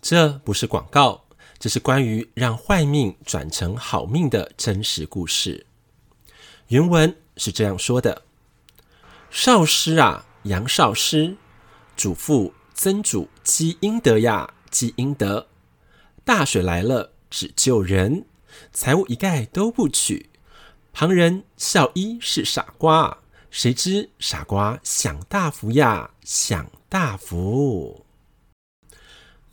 这不是广告，这是关于让坏命转成好命的真实故事。原文是这样说的：“少师啊，杨少师，祖父曾祖积阴德呀，积阴德。大水来了，只救人，财物一概都不取。旁人笑一是傻瓜，谁知傻瓜享大福呀，享大福。”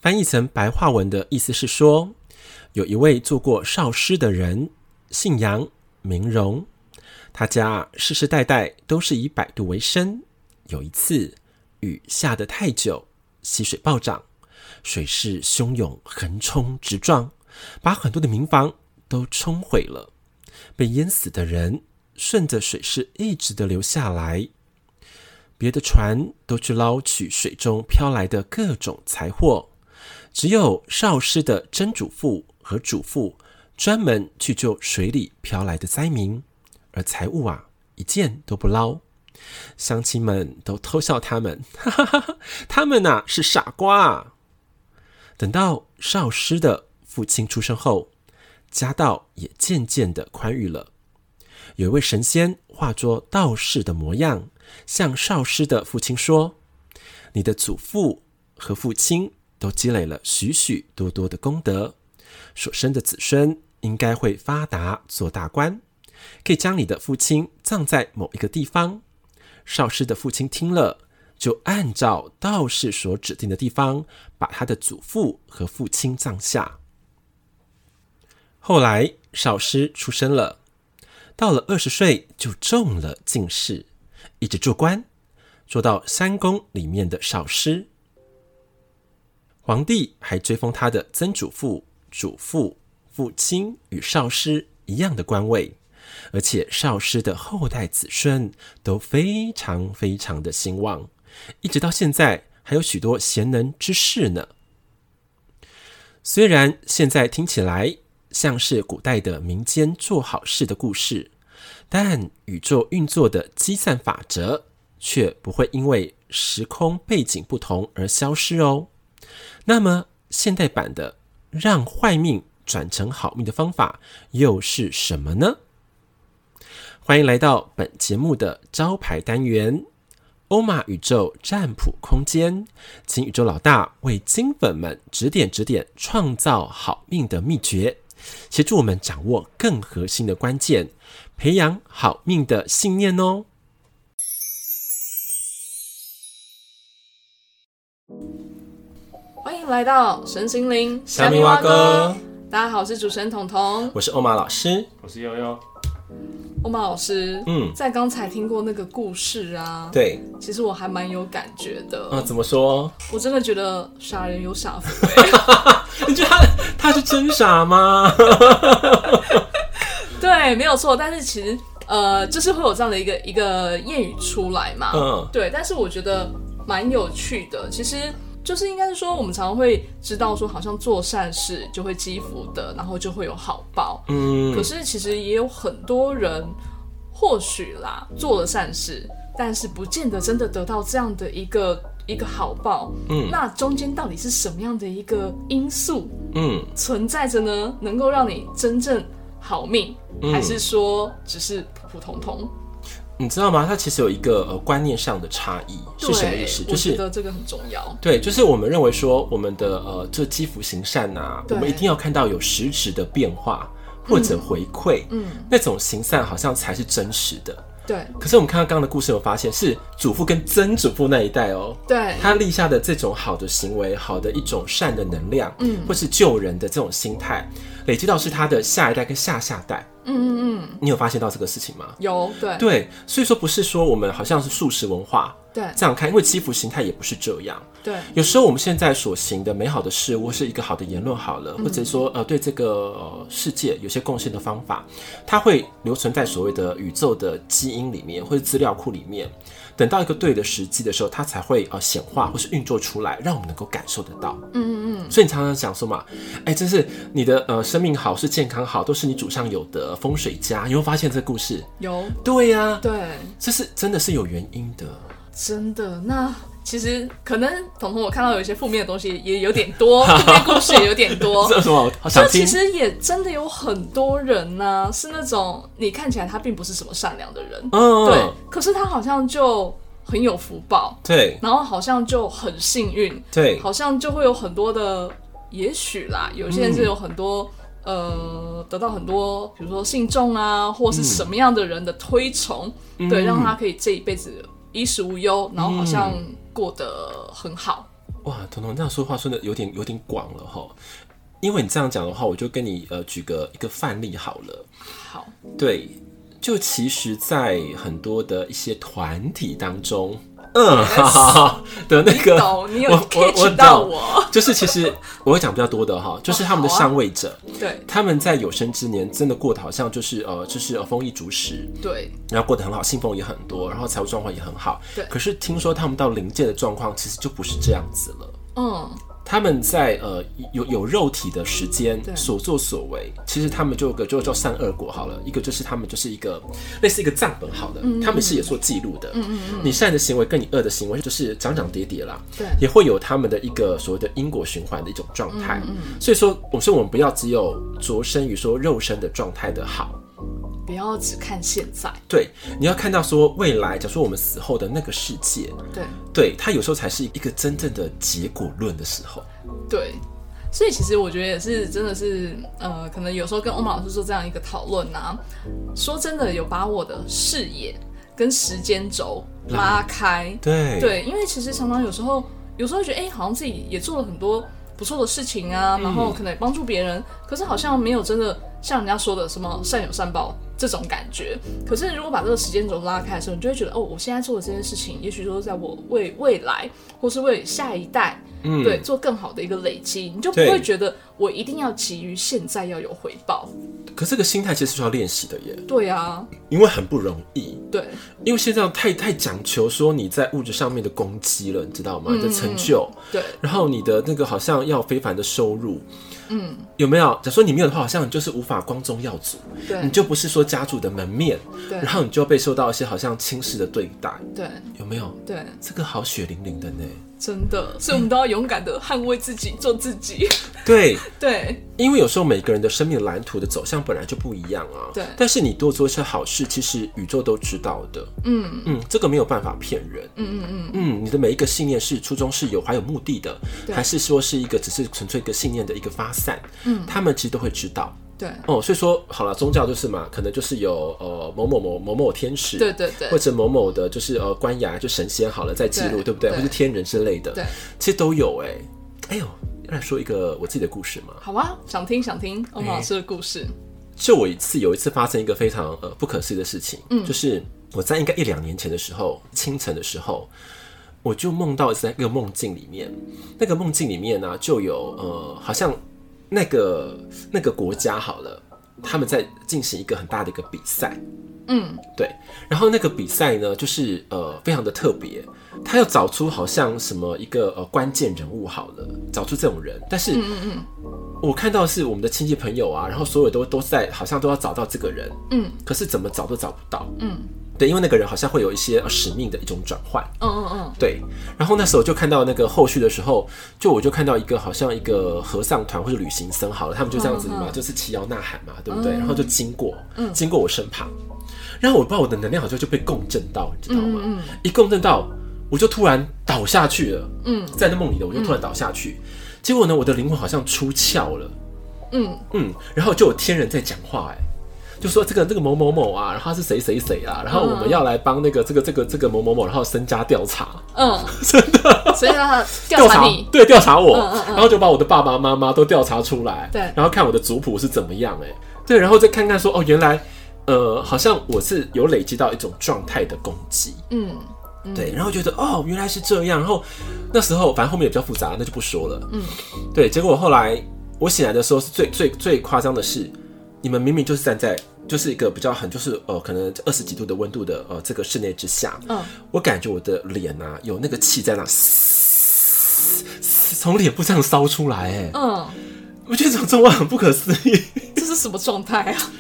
翻译成白话文的意思是说，有一位做过少师的人，姓杨，名荣，他家世世代代都是以摆渡为生。有一次雨下得太久，溪水暴涨，水势汹涌，横冲直撞，把很多的民房都冲毁了。被淹死的人顺着水势一直的流下来，别的船都去捞取水中飘来的各种财货。只有少师的曾祖父和祖父专门去救水里飘来的灾民，而财物啊一件都不捞。乡亲们都偷笑他们， 哈哈哈哈他们呐、是傻瓜、啊。等到少师的父亲出生后，家道也渐渐的宽裕了。有一位神仙化作道士的模样，向少师的父亲说：“你的祖父和父亲都积累了许许多多的功德，所生的子孙应该会发达做大官，可以将你的父亲葬在某一个地方。”少师的父亲听了，就按照道士所指定的地方，把他的祖父和父亲葬下。后来，少师出生了，到了二十岁就中了进士，一直做官，做到三公里面的少师。皇帝还追封他的曾祖父、祖父、父亲与少师一样的官位，而且少师的后代子孙都非常非常的兴旺，一直到现在还有许多贤能之士呢。虽然现在听起来像是古代的民间做好事的故事，但宇宙运作的积散法则却不会因为时空背景不同而消失哦。那么，现代版的让坏命转成好命的方法又是什么呢？欢迎来到本节目的招牌单元——欧玛宇宙占卜空间，请宇宙老大为金粉们指点指点创造好命的秘诀，协助我们掌握更核心的关键，培养好命的信念哦。欢迎来到神心灵虾米蛙哥，大家好，我是主持人彤彤，我是欧玛老师。我是悠悠，欧玛老师。嗯在刚才听过那个故事啊，，对，其实我还蛮有感觉的，啊，怎么说？我真的觉得傻人有傻福， 你觉得他他是真傻 吗？对，没有错。但是其实呃，就是会有这样的一个一个谚语出来嘛，嗯对。但是我觉得蛮有趣的，其实。就是应该是说，我们常常会知道说，好像做善事就会积福德，然后就会有好报。可嗯，是其实也有很多人，或许啦做了善事，但是不见得真的得到这样的一个一个好报。嗯那中间到底是什么样的一个因素嗯存在着呢？能够让你真正好命，嗯还是说只是普普通通？你知道吗？它其实有一个呃观念上的差异是什么意思？对就我觉是得这个很重要。对，就是我们认为说我们的呃这积福行善呐、我对们一定要看到有实质的变化或者回馈，嗯，那种行善好像才是真实的。对可是我们看到刚刚的故事，有发现是祖父跟曾祖父那一代哦，对他立下的这种好的行为、好的一种善的能量，嗯或是救人的这种心态，累积到是他的下一代跟下下代。嗯嗯嗯，你有发现到这个事情吗？有对对，所以说不是说我们好像是素食文化对这样看，因为祈福形态也不是这样。对有时候我们现在所行的美好的事物，是一个好的言论好了，嗯或者说呃对这个、呃世界有些贡献的方法，它会留存在所谓的宇宙的基因里面，或者资料库里面。等到一个对的时机的时候，它才会呃显化或是运作出来，让我们能够感受得到。嗯嗯嗯，所以你常常讲说嘛，哎、真是你的呃生命好是健康好，都是你祖上有的风水家。有没有发现这个故事？有对呀、对。这是真的是有原因的。真的，那其实可能彤彤我看到有一些负面的东西也有点多，负面故事也有点 多。这有什么？好想这听哦其。实也真的有很多人呢、是那种你看起来他并不是什么善良的人，嗯，对，可是他好像就很有福报，对然后好像就很幸运，对好像就会有很多的，也许啦，有些人嗯是有很多、呃，得到很多，比如说信众嗯啊，或是什么样的人的推崇，对，让他可以这一辈子衣食无忧，然后好像过得很好。哇，彤彤这样说话说的有点有点广了哈。因为你这样讲的话，我就跟你呃举个一个范例好了。好，对，就其实，在很多的一些团体当中， Yes 嗯，的那个，懂，你有我 catch 懂到我，就是其实我会讲比较多的哈，就是他们的好啊上位者，对他们在有生之年真的过得好像就是呃，就是呃丰衣足食，对，然后过得很好，信奉也很多，然后财务状况也很好。对可是听说他们到临界的状况，其实就不是这样子了。嗯，他们在呃有有肉体的时间对所作所为，其实他们就有个就叫善恶果好了，一个就是他们就是一个类似一个账本好了，他们是也做记录的。嗯嗯嗯，你善的行为跟你恶的行为就是涨涨跌跌啦，对也会有他们的一个所谓的因果循环的一种状态。所以说，我说我们不要只有着身于说肉身的状态的好。不要只看现在，对，你要看到说未来，假如说我们死后的那个世界，对。对它有时候才是一个真正的结果论的时候。对，所以其实我觉得也是，真的是，呃，可能有时候跟欧玛老师做这样一个讨论啊，说真的，有把我的视野跟时间轴拉开，对，对，因为其实常常有时候，有时候觉得，哎、好像自己也做了很多不错的事情啊，然嗯后可能也帮助别人，可是好像没有真的像人家说的什么善有善报这种感觉。可是如果把这个时间轴拉开的时候，你就会觉得，哦，我现在做的这些事情，也许说是在我为未来，或是为下一代，嗯对，做更好的一个累积，你就不对会觉得我一定要急于现在要有回报。可这个心态其实是需要练习的耶，对啊，因为很不容易。对，因为现在太太讲求说你在物质上面的攻击了，你知道吗？你的成就，对，然后你的那个好像要非凡的收入，嗯，有没有？假说你没有的话，好像你就是无法光宗耀祖，你对，就不是说家族的门面，对然，后你就被受到一些好像轻视的对待，对，有没有？对。这个好血淋淋的呢。真的，所以我们都要勇敢的捍卫自己，做自己。对，对，因为有时候每个人的生命蓝图的走向本来就不一样啊。对但是你多做一些好事，其实宇宙都知道的。嗯嗯，这个没有办法骗人。嗯嗯嗯嗯，你的每一个信念是初衷是有还有目的的，对还是说是一个只是纯粹一个信念的一个发散？嗯，他们其实都会知道。对，哦，所以说好了，宗教就是嘛，可能就是有呃某某某某某天使，对对对或者某某的，就是呃官衙就神仙好了，在记录，对对不对？对或是天人之类的，对，其实都有哎、哎呦，要来说一个我自己的故事嘛。好啊，想听想听欧盟老师的故事。就我一次有一次发生一个非常呃不可思议的事情，就是我在应该一两年前的时候，清晨的时候，我就梦到在一个梦境里面，那个梦境里面呢、就有呃，好像那个那个国家好了，他们在进行一个很大的一个比赛，嗯，对，然后那个比赛呢，就是呃非常的特别，他要找出好像什么一个呃关键人物好了，找出这种人，但是我看到是我们的亲戚朋友啊，然后所有都都在好像都要找到这个人，嗯，可是怎么找都找不到，嗯，对，因为那个人好像会有一些呃使命的一种转换，嗯嗯嗯，对，然后那时候就看到那个后续的时候，就我就看到一个好像一个合唱团或者旅行僧好了，他们就这样子嗯嘛，就是齐摇呐喊嘛，对不对？然后就经过，经过我身旁，然后我不知道我的能量好像就被共振到，你知道吗？嗯一共振到，我就突然倒下去了。嗯，在那梦里的我就突然倒下去，结果呢，我的灵魂好像出窍了。嗯，嗯，然后就有天人在讲话、哎，就说这个这个某某某啊，然后他是谁谁谁啊，然后我们要来帮那个这个这个这个某某某，然后身家调查。嗯， 真的，所以让他调调查查你，对，调查我，嗯嗯嗯然后就把我的爸爸妈妈都调查出来，对然后看我的族谱是怎么样、哎，对，然后再看看说，哦，原来，呃，好像我是有累积到一种状态的攻击，嗯，对，然后觉得哦，原来是这样，然后那时候反正后面也比较复杂，那就不说了，嗯，对，结果后来我醒来的时候是最最最夸张的是，你们明明就是站在。就是一个比较很，就是呃，可能二十几度的温度的呃，这个室内之下，嗯，我感觉我的脸啊，有那个气在那嘶嘶从脸部这样烧出来，哎，嗯，我觉得这种状况很不可思议。这是什么状态啊？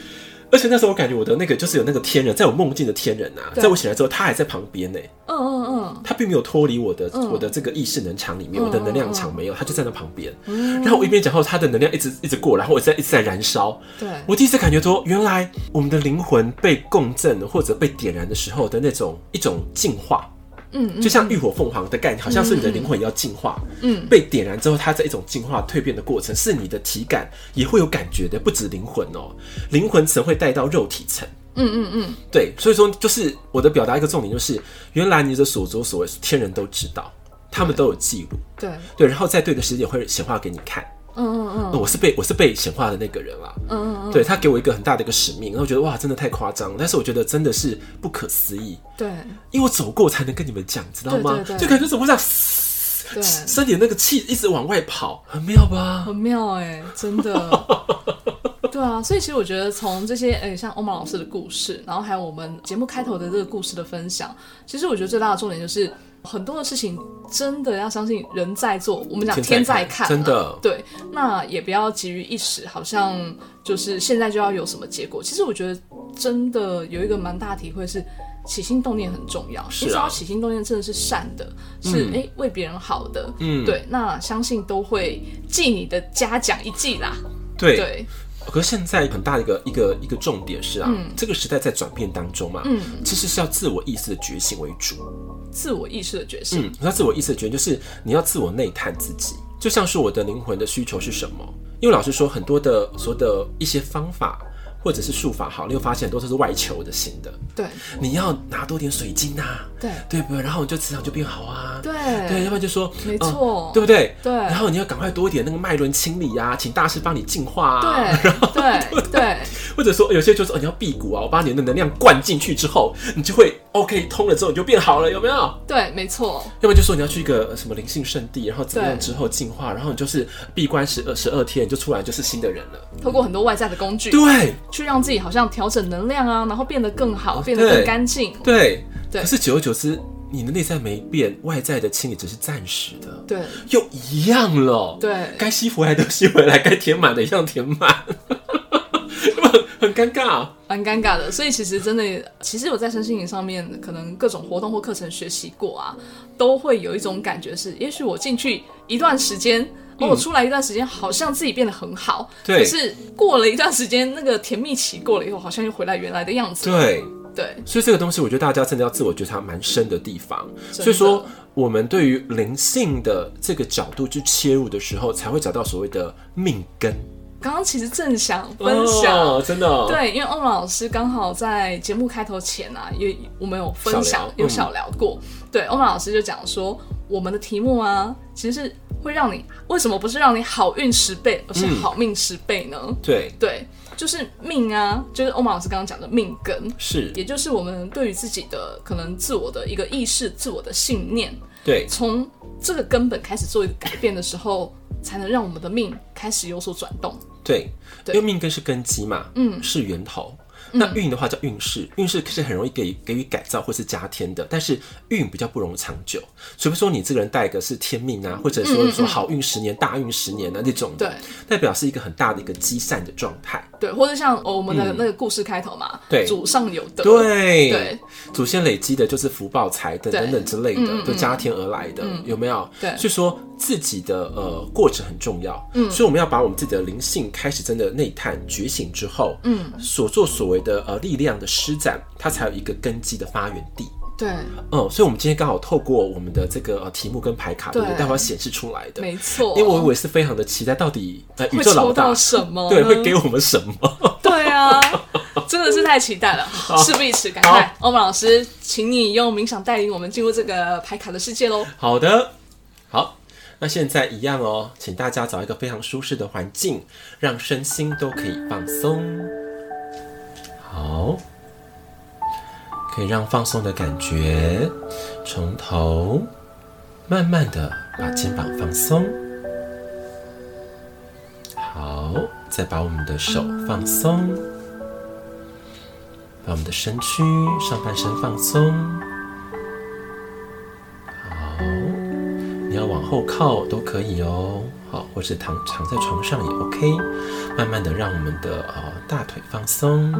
而且那时候我感觉我的那个就是有那个天人，在我梦境的天人啊，对在我醒来之后，他还在旁边呢。嗯嗯嗯嗯它并没有脱离我的、嗯我的这个意识能场里面，嗯我的能量场没有，它就在那旁边。然后我一边讲话，它的能量一直一直过来，然后我在一直在燃烧。对，我第一次感觉说，原来我们的灵魂被共振或者被点燃的时候的那种一种进化，嗯就像浴火凤凰的概念，好像是你的灵魂要进化，嗯被点燃之后，它在一种进化蜕变的过程，是你的体感也会有感觉的，不止灵魂哦，灵魂层会带到肉体层。嗯嗯嗯，对，所以说就是我的表达一个重点，就是原来你的所作所为，天人都知道，他们都有记录，对，对，然后在对的时间会显化给你看。嗯嗯呃我是被我是被显化的那个人啦，嗯嗯嗯，对他给我一个很大的一个使命，然后我觉得哇，真的太夸张了，但是我觉得真的是不可思议，对因为我走过才能跟你们讲，知道吗？对对对就感觉怎么讲，对，身体的那个气一直往外跑，很妙吧？很妙哎、真 的。对啊，所以其实我觉得从这些诶、像欧玛老师的故事，然后还有我们节目开头的这个故事的分享，其实我觉得最大的重点就是很多的事情真的要相信人在做，我们讲天天在在看看啊，真的对，那也不要急于一时，好像就是现在就要有什么结果。其实我觉得真的有一个蛮大的体会是，起心动念很重要，是啊你只要起心动念真的是善的，是诶、为别人好的，嗯，对，那相信都会记你的嘉奖一记啦。对对，可是现在很大的一个一个一个重点是啊，嗯这个时代在转变当中嘛，嗯，其实是要自我意识的觉醒为主。自我意识的觉醒。嗯，那自我意识的觉醒就是你要自我内探自己，就像是我的灵魂的需求是什么？因为老实说，很多的所有的一些方法或者是术法，好，你会发现很多都是外求的型的。对你要拿多点水晶啊，对对不对？然后你就磁场就变好啊，对对，要不然就说没嗯错对不对？对然后你要赶快多一点那个脉轮清理啊，请大师帮你净化啊，对对对或者说有些就是、哦、你要辟谷啊，我把你的能量灌进去之后，你就会 OK 通了之后你就变好了，有没有？对，没错，要不然就说你要去一个呃什么灵性圣地，然后怎么样对之后进化，然后你就是闭关十二十二天，你就出来就是新的人了。透过很多外在的工具，对去让自己好像调整能量啊，然后变得更好，变得哦对更干净。对对可是久而久之，你的内在没变，外在的清理只是暂时的，对又一样了。对该吸回来的吸回来，该填满的一样填满， 有没有很尴尬。蛮尴尬的。所以其实真的，其实我在身心灵上面，可能各种活动或课程学习过啊，都会有一种感觉是，也许我进去一段时间，哦，我出来一段时间，好像自己变得很好，嗯对可是过了一段时间，那个甜蜜期过了以后，好像又回来原来的样子。对，对所以这个东西，我觉得大家真的要自我觉察蛮深的地方。真的所以说，我们对于灵性的这个角度去切入的时候，才会找到所谓的命根。刚刚其实正想分享。哦、真的哦、对，因为欧文老师刚好在节目开头前啊，也我们有分享小聊嗯有小聊过。对，欧文老师就讲说，我们的题目啊，其实是会让你为什么不是让你好运十倍，而是嗯好命十倍呢？对对，就是命啊，就是欧文老师刚刚讲的命根，是，也就是我们对于自己的可能自我的一个意识、自我的信念，对从这个根本开始做一个改变的时候，才能让我们的命开始有所转动。对，因对嗯为命根是根基嘛，嗯，是源头。那运的话叫运势，运势是很容易给给予改造或是加添的，但是运比较不容易长久，除非说你这个人带一个是天命啊，或者说说好运十年、大运十年啊那种的，嗯对代表是一个很大的一个积善的状态。对，或者像哦我们的那个故事开头嘛，嗯对祖上有德，对对祖先累积的就是福报、财等对等等之类嗯嗯嗯的，都加添而来的，有没有？对所以说自己的呃过程很重要，嗯，所以我们要把我们自己的灵性开始真的内探觉醒之后，嗯，所作所为的呃力量的施展，它才有一个根基的发源地。对，嗯，所以我们今天刚好透过我们的这个、呃、题目跟牌卡，对不对？对待会要显示出来的。没错。因为我我也是非常的期待，到底呃宇会宙抽老大到什么呢？对会给我们什么？对啊，真的是太期待了，事不宜迟，赶快，欧文老师，请你用冥想带领我们进入这个牌卡的世界喽。好的，好，那现在一样哦，请大家找一个非常舒适的环境，让身心都可以放松。好，可以让放松的感觉从头慢慢的把肩膀放松。好，再把我们的手放松，把我们的身躯上半身放松。你要往后靠都可以哦，好，或是躺躺在床上也 OK。慢慢的让我们的呃大腿放松，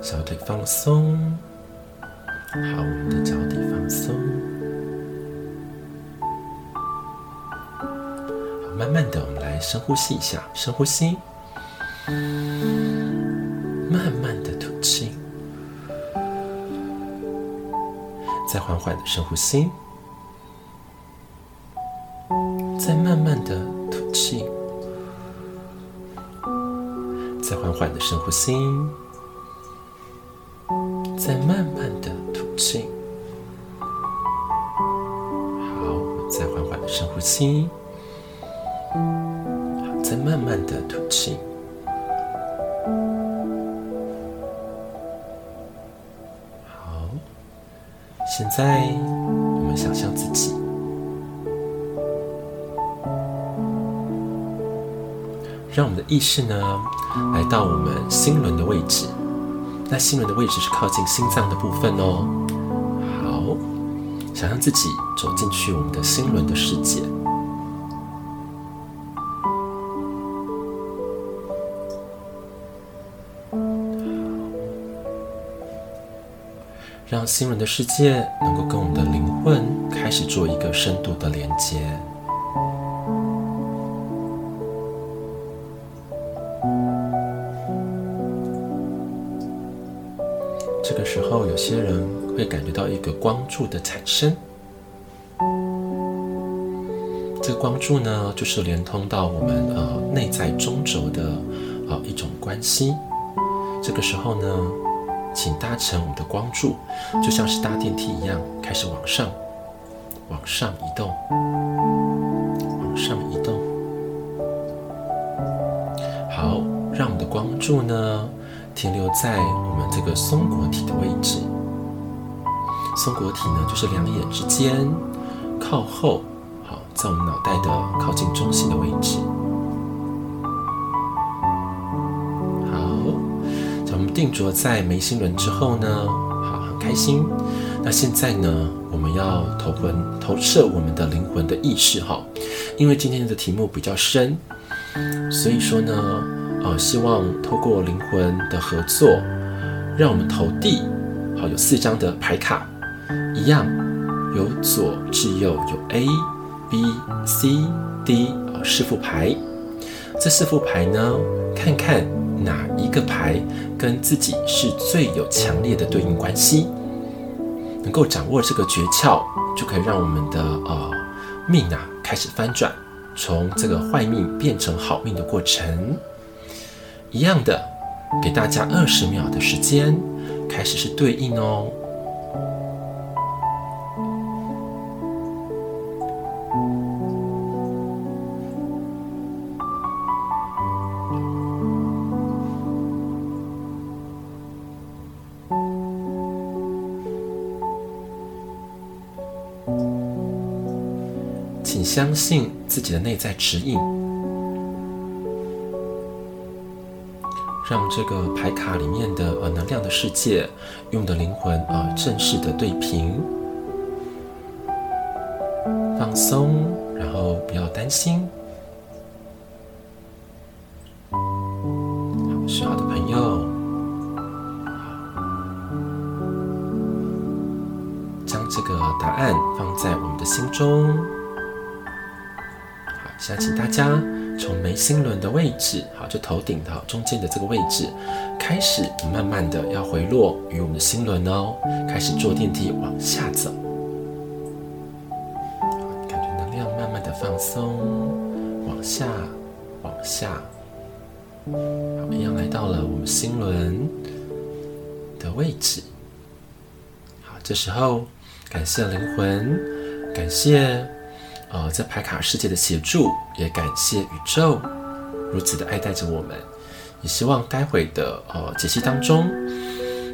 小腿放松，好，我们的脚底放松，好，慢慢的，我们来深呼吸一下，深呼吸，慢慢的吐气，再缓缓的深呼吸，再慢慢的吐气，再缓缓的深呼吸。再慢慢的吐气，好，我们再缓缓的深呼吸，好，再慢慢的吐气。好，现在我们想象自己让我们的意识呢，来到我们心轮的位置。那心轮的位置是靠近心脏的部分哦。好，想象自己走进去我们的心轮的世界。让心轮的世界能够跟我们的灵魂开始做一个深度的连接。这个时候，有些人会感觉到一个光柱的产生。这个光柱呢，就是连通到我们呃内在中轴的呃一种关系。这个时候呢，请搭乘我们的光柱，就像是搭电梯一样，开始往上，往上移动，往上移动。好，让我们的光柱呢停留在我们这个松果体的位置。松果体呢，就是两眼之间靠后，好，在我们脑袋的靠近中心的位置。好，在我们定着在眉心轮之后呢，好，很开心。那现在呢，我们要投魂投射我们的灵魂的意识哈，因为今天的题目比较深，所以说呢，呃，希望透过灵魂的合作，让我们投递，好，有四张的牌卡，一样由左至右有 A、B、C、D 呃四副牌，这四副牌呢，看看哪一个牌跟自己是最有强烈的对应关系，能够掌握这个诀窍，就可以让我们的呃命啊开始翻转。从这个坏命变成好命的过程。一样的，给大家二十秒的时间，开始是对应哦。请相信自己的内在指引，让这个牌卡里面的呃能量的世界，用的灵魂呃正式的对平，放松，然后不要担心。好，需要的朋友，将这个答案放在我们的心中。好，现在请大家从眉心轮的位置，好，就头顶的好中间的这个位置，开始慢慢的要回落于我们的心轮哦，开始坐电梯往下走。好感觉能量慢慢的放松，往下，往下。好，一样来到了我们心轮的位置。好，这时候感谢灵魂，感谢呃，在牌卡世界的协助，也感谢宇宙如此的爱戴着我们。也希望待会的呃解析当中，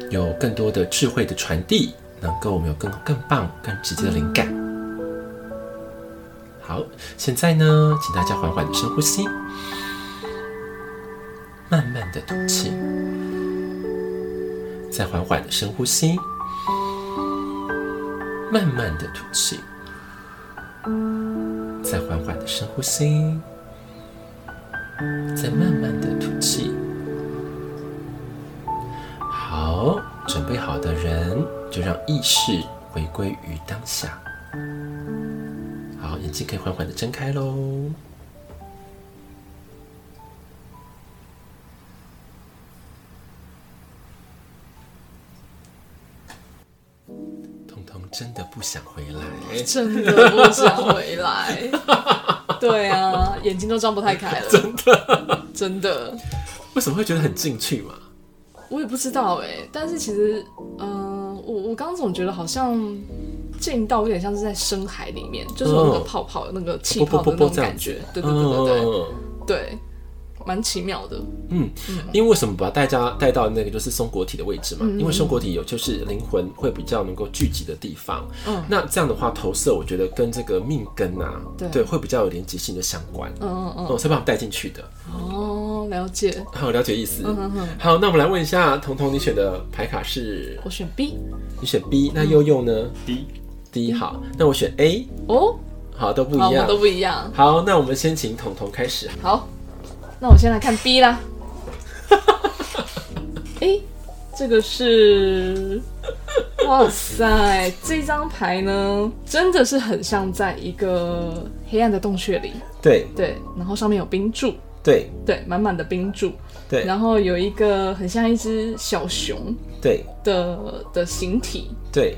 有更多的智慧的传递，能够我们有更更棒、更直接的灵感。好，现在呢，请大家缓缓的深呼吸，慢慢的吐气，再缓缓的深呼吸，慢慢的吐气。再缓缓的深呼吸，再慢慢的吐气。好，准备好的人，就让意识回归于当下。好，眼睛可以缓缓的睁开喽。彤彤真的不想回来，真的不想回来。 对啊，眼睛都张不太开 了，真的，真的，为什么会觉得很进去嘛？我也不知道哎、但是其实，嗯、我我刚总觉得好像进到有点像是在深海里面，就是有那个嗯泡泡、那个气啵啵泡的啵啵那种这样感子觉，对对对对对、嗯对，蛮奇妙的。嗯，因为为什么把大家带到那个就是松果体的位置嘛？嗯因为松果体有就是灵魂会比较能够聚集的地方。嗯那这样的话，投射我觉得跟这个命根啊，对会比较有连结性的相关。嗯，嗯嗯我才把我们带进去的。嗯，哦，了解。好，了解意思。嗯哼，好，那我们来问一下彤彤，你选的牌卡是我选 B。你选嗯 B，那悠悠呢低？D 好，那我选 A，哦，好都不好，一我们样都。不一样。好，那我们先请彤彤开始。好，那我先来看 B 啦。哎、这个是，哇塞，这张牌呢，真的是很像在一个黑暗的洞穴里，对对，然后上面有冰柱，对对，满满的冰柱，对然后有一个很像一只小熊对的的形体，对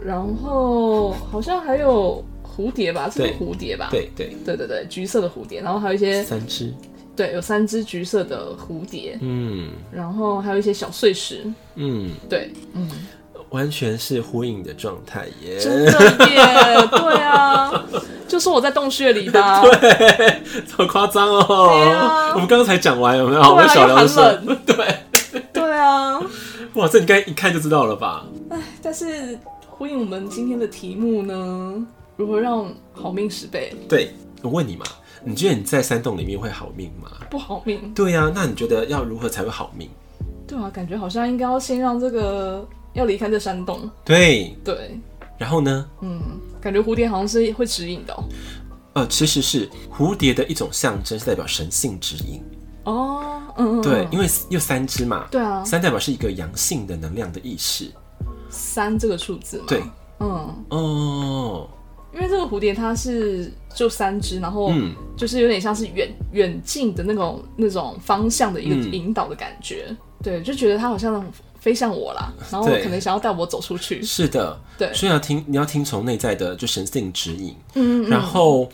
然后好像还有蝴蝶吧，这是对蝴蝶吧？。对对，对对对，橘色的蝴蝶，然后还有一些三只。对，有三只橘色的蝴蝶，嗯然后还有一些小碎石。嗯。对，嗯，完全是呼应的状态耶， 真的耶，对啊，就说我在洞穴里吧，对好夸张对哦啊！我们刚才讲完有没有？我们啊，小又聊的很时候，冷， 对，对啊，哇，这你该一看就知道了吧？但是呼应我们今天的题目呢，如何让好命十倍对，我问你嘛，你觉得你在山洞里面会好命吗？不好命？对呀、那你觉得要如何才会好命？对啊，感觉好像应该要先让这个要离开这山洞，对，对，然后呢？嗯，感觉蝴蝶好像是会指引的哦。呃，其实是蝴蝶的一种象征，是代表神性指引。哦，嗯，嗯对，嗯因为又三只嘛，对啊，三代表是一个阳性的能量的意识。三这个数字嘛，对，嗯，哦，因为这个蝴蝶它是就三只，然后嗯，就是有点像是远远近的那种那种方向的一个嗯引导的感觉，对，就觉得它好像飞向我啦，然后对可能想要带我走出去，是的，对，所以要听，你要听从内在的就神性指引。嗯，嗯然后，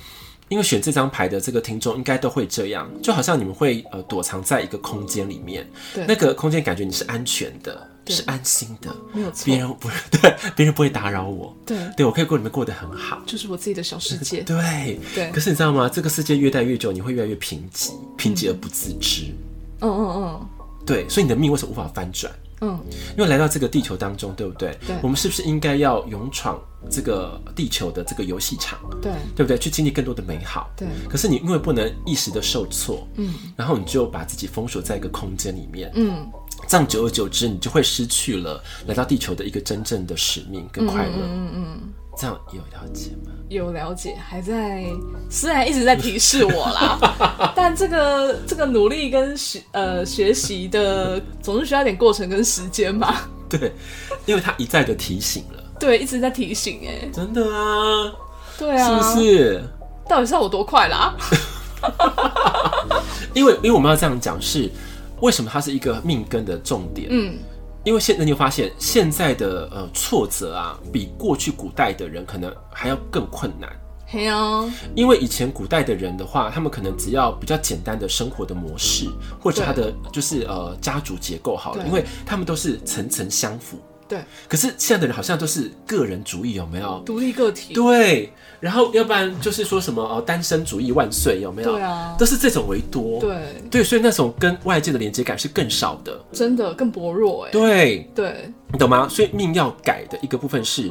因为选这张牌的这个听众应该都会这样，就好像你们会呃躲藏在一个空间里面，对那个空间感觉你是安全的，对是安心的，没有错别，人不 对，别人不会打扰我，对，对我可以过你们过得很好。就是我自己的小世界， 对，对可，是你知道吗？这个世界越待越久，你会越来越贫瘠，贫瘠而不自知。嗯嗯对，所以你的命为什么无法翻转？嗯嗯，因为来到这个地球当中，对不对？对我们是不是应该要勇闯这个地球的这个游戏场，对对不对？去经历更多的美好。对，可是你因为不能一时的受挫，嗯然后你就把自己封锁在一个空间里面，嗯，这样久而久之，你就会失去了来到地球的一个真正的使命跟快乐。嗯嗯这样有了解吗？有了解，还在虽然一直在提示我 啦，但这个这个努力跟学呃学习的总是需要一点过程跟时间嘛。对，因为他一再的提醒了，对，一直在提醒哎、真的啊，对啊，是不是？到底是要我多快啦？因为因为我们要这样讲是。为什么它是一个命根的重点？嗯，因为现在你会发现，现在的呃挫折啊，比过去古代的人可能还要更困难。嘿啊，因为以前古代的人的话，他们可能只要比较简单的生活的模式，或者他的就是呃家族结构好了，对因为他们都是层层相符。对，可是现在的人好像都是个人主义，有没有？独立个体，对，然后要不然就是说什么哦、呃单身主义万岁，有没有？对啊都是这种为多。对，对，所以那种跟外界的连接感是更少的。真的更薄弱哎、对，对，你懂吗？所以命要改的一个部分是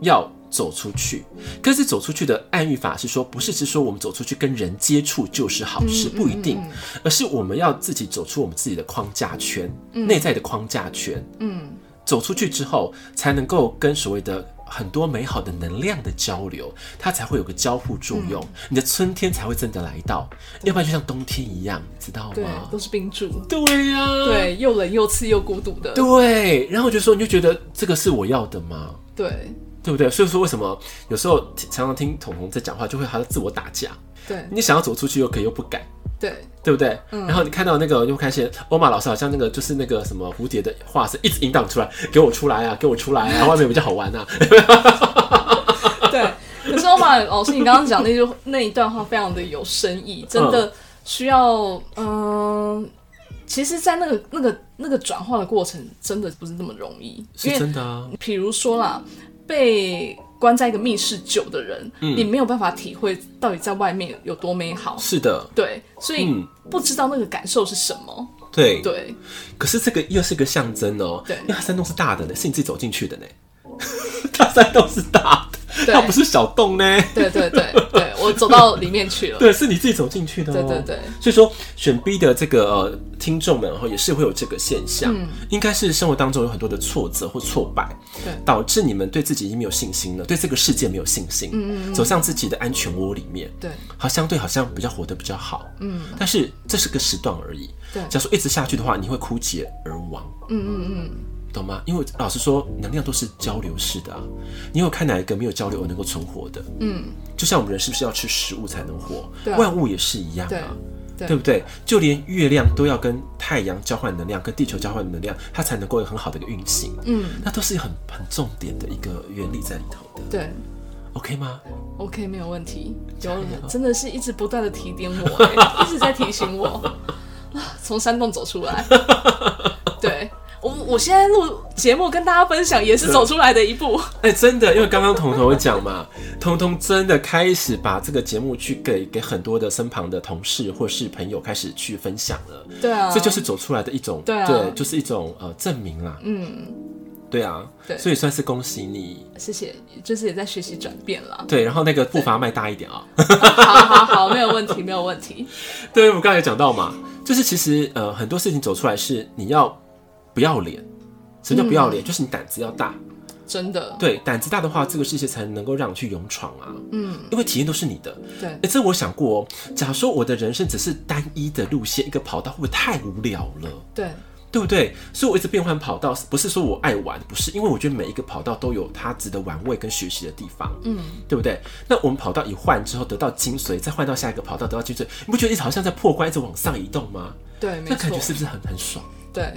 要走出去，可是走出去的暗喻法是说，不是只说我们走出去跟人接触就是好事，不一定，而是我们要自己走出我们自己的框架圈，内在的框架圈，嗯，走出去之后才能够跟所谓的很多美好的能量的交流，它才会有个交互作用，你的春天才会真的来到，要不然就像冬天一样，知道对，吗都？是冰柱，对呀、对，又冷又刺又孤独的，对，然后我就说，你就觉得这个是我要的吗？对对不对？所以说，为什么有时候常常听彤彤在讲话，就会还要自我打架。对你想要走出去，又可以又不敢，对对不对？嗯然后你看到那个，你会发现欧玛老师好像那个就是那个什么蝴蝶的化身，一直引导你出来，给我出来啊，给我出来 啊，外面比较好玩啊。对。 可是 欧玛老师，你刚刚讲那句那一段话非常的有深嗯意，真的需要嗯。其实，在那个、那个、那个转化的过程，真的不是那么容易，因是为真的啊，比如说啦，被关在一个密室久的人，嗯你没有办法体会到底在外面有多美好。是的，对，所以嗯不知道那个感受是什么。对。对，可是这个又是个象征哦，对因为它山洞是大的呢，是你自己走进去的呢。 它山洞是大的，对它不是小洞呢。对对对对，我走到里面去了。对，是你自己走进去的、哦。对对对。所以说，选 B 的这个呃听众们，然后也是会有这个现象，嗯应该是生活当中有很多的挫折或挫败，对导致你们对自己已经没有信心了，对这个世界没有信心，嗯走向自己的安全窝里面，对好，相对好像比较活得比较好，嗯，但是这是个时段而已，对假如说一直下去的话，你会枯竭而亡，嗯嗯嗯。懂吗？因为老实说，能量都是交流式的啊。你有看哪一个没有交流而能够存活的？嗯，就像我们人是不是要吃食物才能活？对啊万物也是一样啊。对对不对？就连月亮都要跟太阳交换能量，跟地球交换能量，它才能够有很好的一个运行。嗯，那都是很很重点的一个原理在里头的。对 OK 吗？ ，OK，没有问题。加油有真的是一直不断的提 点我、欸一直在提醒我啊从山洞走出来。 对我，我现在录节目跟大家分享，也是走出来的一步。 哎、真的，因为刚刚彤彤有讲嘛，彤彤真的开始把这个节目去给给很多的身旁的同事或是朋友开始去分享了，对啊，这就是走出来的一种，对啊就是一种呃证明啦。嗯，对啊，对所以算是恭喜你。谢谢，就是也在学习转变啦。对，然后那个步伐迈大一点啊、 好好好，没有问题，没有问题。对，我们刚才有讲到嘛，就是其实呃很多事情走出来是你要不要脸，什么叫不要脸？就是你胆子要大，真的，对，胆子大的话，这个世界才能够让你去勇闯啊。嗯，因为体验都是你的。对哎、这我想过哦。假如说我的人生只是单一的路线，一个跑道，会不会太无聊了？对对不对？所以我一直变换跑道，不是说我爱玩，不是，因为我觉得每一个跑道都有它值得玩味跟学习的地方，嗯，对不对？那我们跑道一换之后，得到精髓，再换到下一个跑道得到精髓，你不觉得一直好像在破关，一直往上移动吗？对，没那感错觉，是不是很很爽对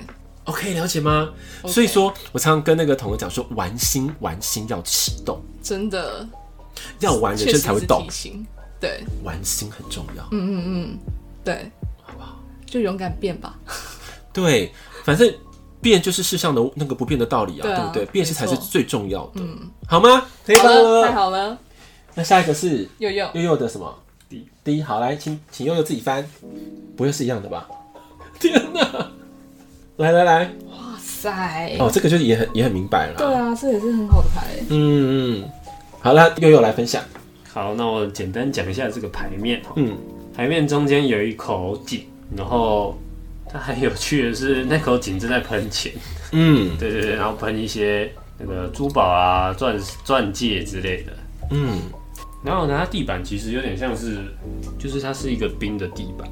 ？OK，了解吗所以说我常常跟那个同学讲说，玩心玩心要启动，真的，要玩人确实生才会是动提，醒，对玩心很重要，嗯，对，好不好？就勇敢变吧。对，反正变就是世上的那个不变的道理啊，对啊不对？变是才是没错嗯最重要的，好吗？可以好了，太吗？好了，那下一个是佑佑，悠悠的什么？第第一，好来，请请悠悠自己翻，不会是一样的吧？ 天哪！来来来，哇塞，哦，这个就是也很也很明白了。对啊，这也是很好的牌，嗯嗯，好了，悠悠来分享。好，那我简单讲一下这个牌面。嗯，牌面中间有一口井，然后它很有趣的是，那口井正在喷钱。嗯对对对，然后喷一些那个珠宝啊、钻钻戒之类的。嗯，然后呢，它地板其实有点像是，就是它是一个冰的地板，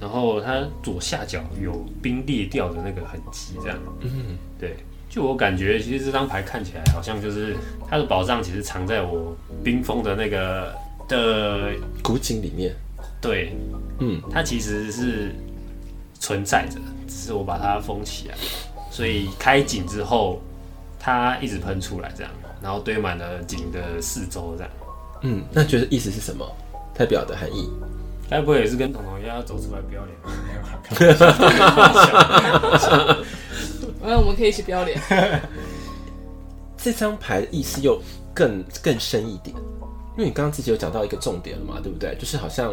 然后它左下角有冰裂掉的那个痕迹，这样。嗯，对。就我感觉，其实这张牌看起来好像就是它的宝藏，其实藏在我冰封的那个的，古井里面，对，嗯，它其实是存在着，只是我把它封起来，所以开井之后，它一直喷出来这样，然后堆满了井的四周这样。嗯，那觉得意思是什么？代表的含义？该不会也是跟彤彤一样要走出来不要脸吧？哎，我们可以一起不要脸。这张牌的意思又更更深一点，因为你刚刚自己有讲到一个重点了嘛，对不对？就是好像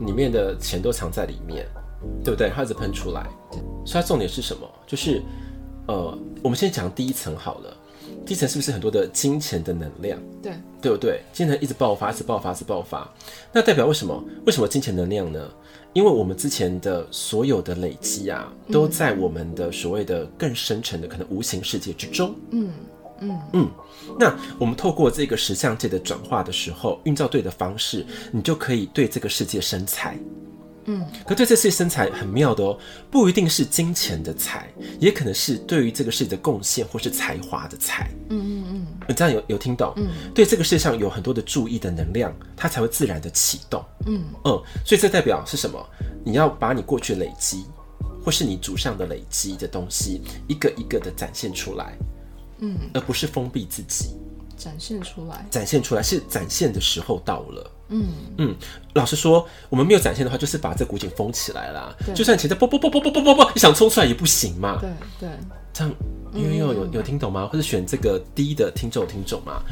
里面的钱都藏在里面，对不对？它一直喷出来，所以它重点是什么？就是呃，我们先讲第一层好了，第一层是不是很多的金钱的能量？对，对不对？金钱一直爆发，一直爆发，一直爆发，那代表为什么？为什么金钱能量呢？因为我们之前的所有的累积啊，都在我们的所谓的更深层的可能无形世界之中。嗯，嗯嗯，那我们透过这个实相界的转化的时候，运照对的方式，你就可以对这个世界生财。嗯，可对这世界生财很妙的哦，不一定是金钱的财，也可能是对于这个世界的贡献或是才华的才。嗯嗯嗯你这样有有听懂？嗯，对这个世界上有很多的注意的能量，它才会自然的启动。嗯嗯，所以这代表是什么？你要把你过去累积，或是你祖上的累积的东西，一个一个的展现出来，嗯，而不是封闭自己。展现出来。展现出来是展现的时候到了。嗯，嗯，老实说，我们没有展现的话，就是把这古井封起来啦。对就算你现在啵啵啵啵啵啵啵啵，你想冲出来也不行嘛。对对，这样，因为有有有听懂吗？或者选这个低的听众有听众嘛，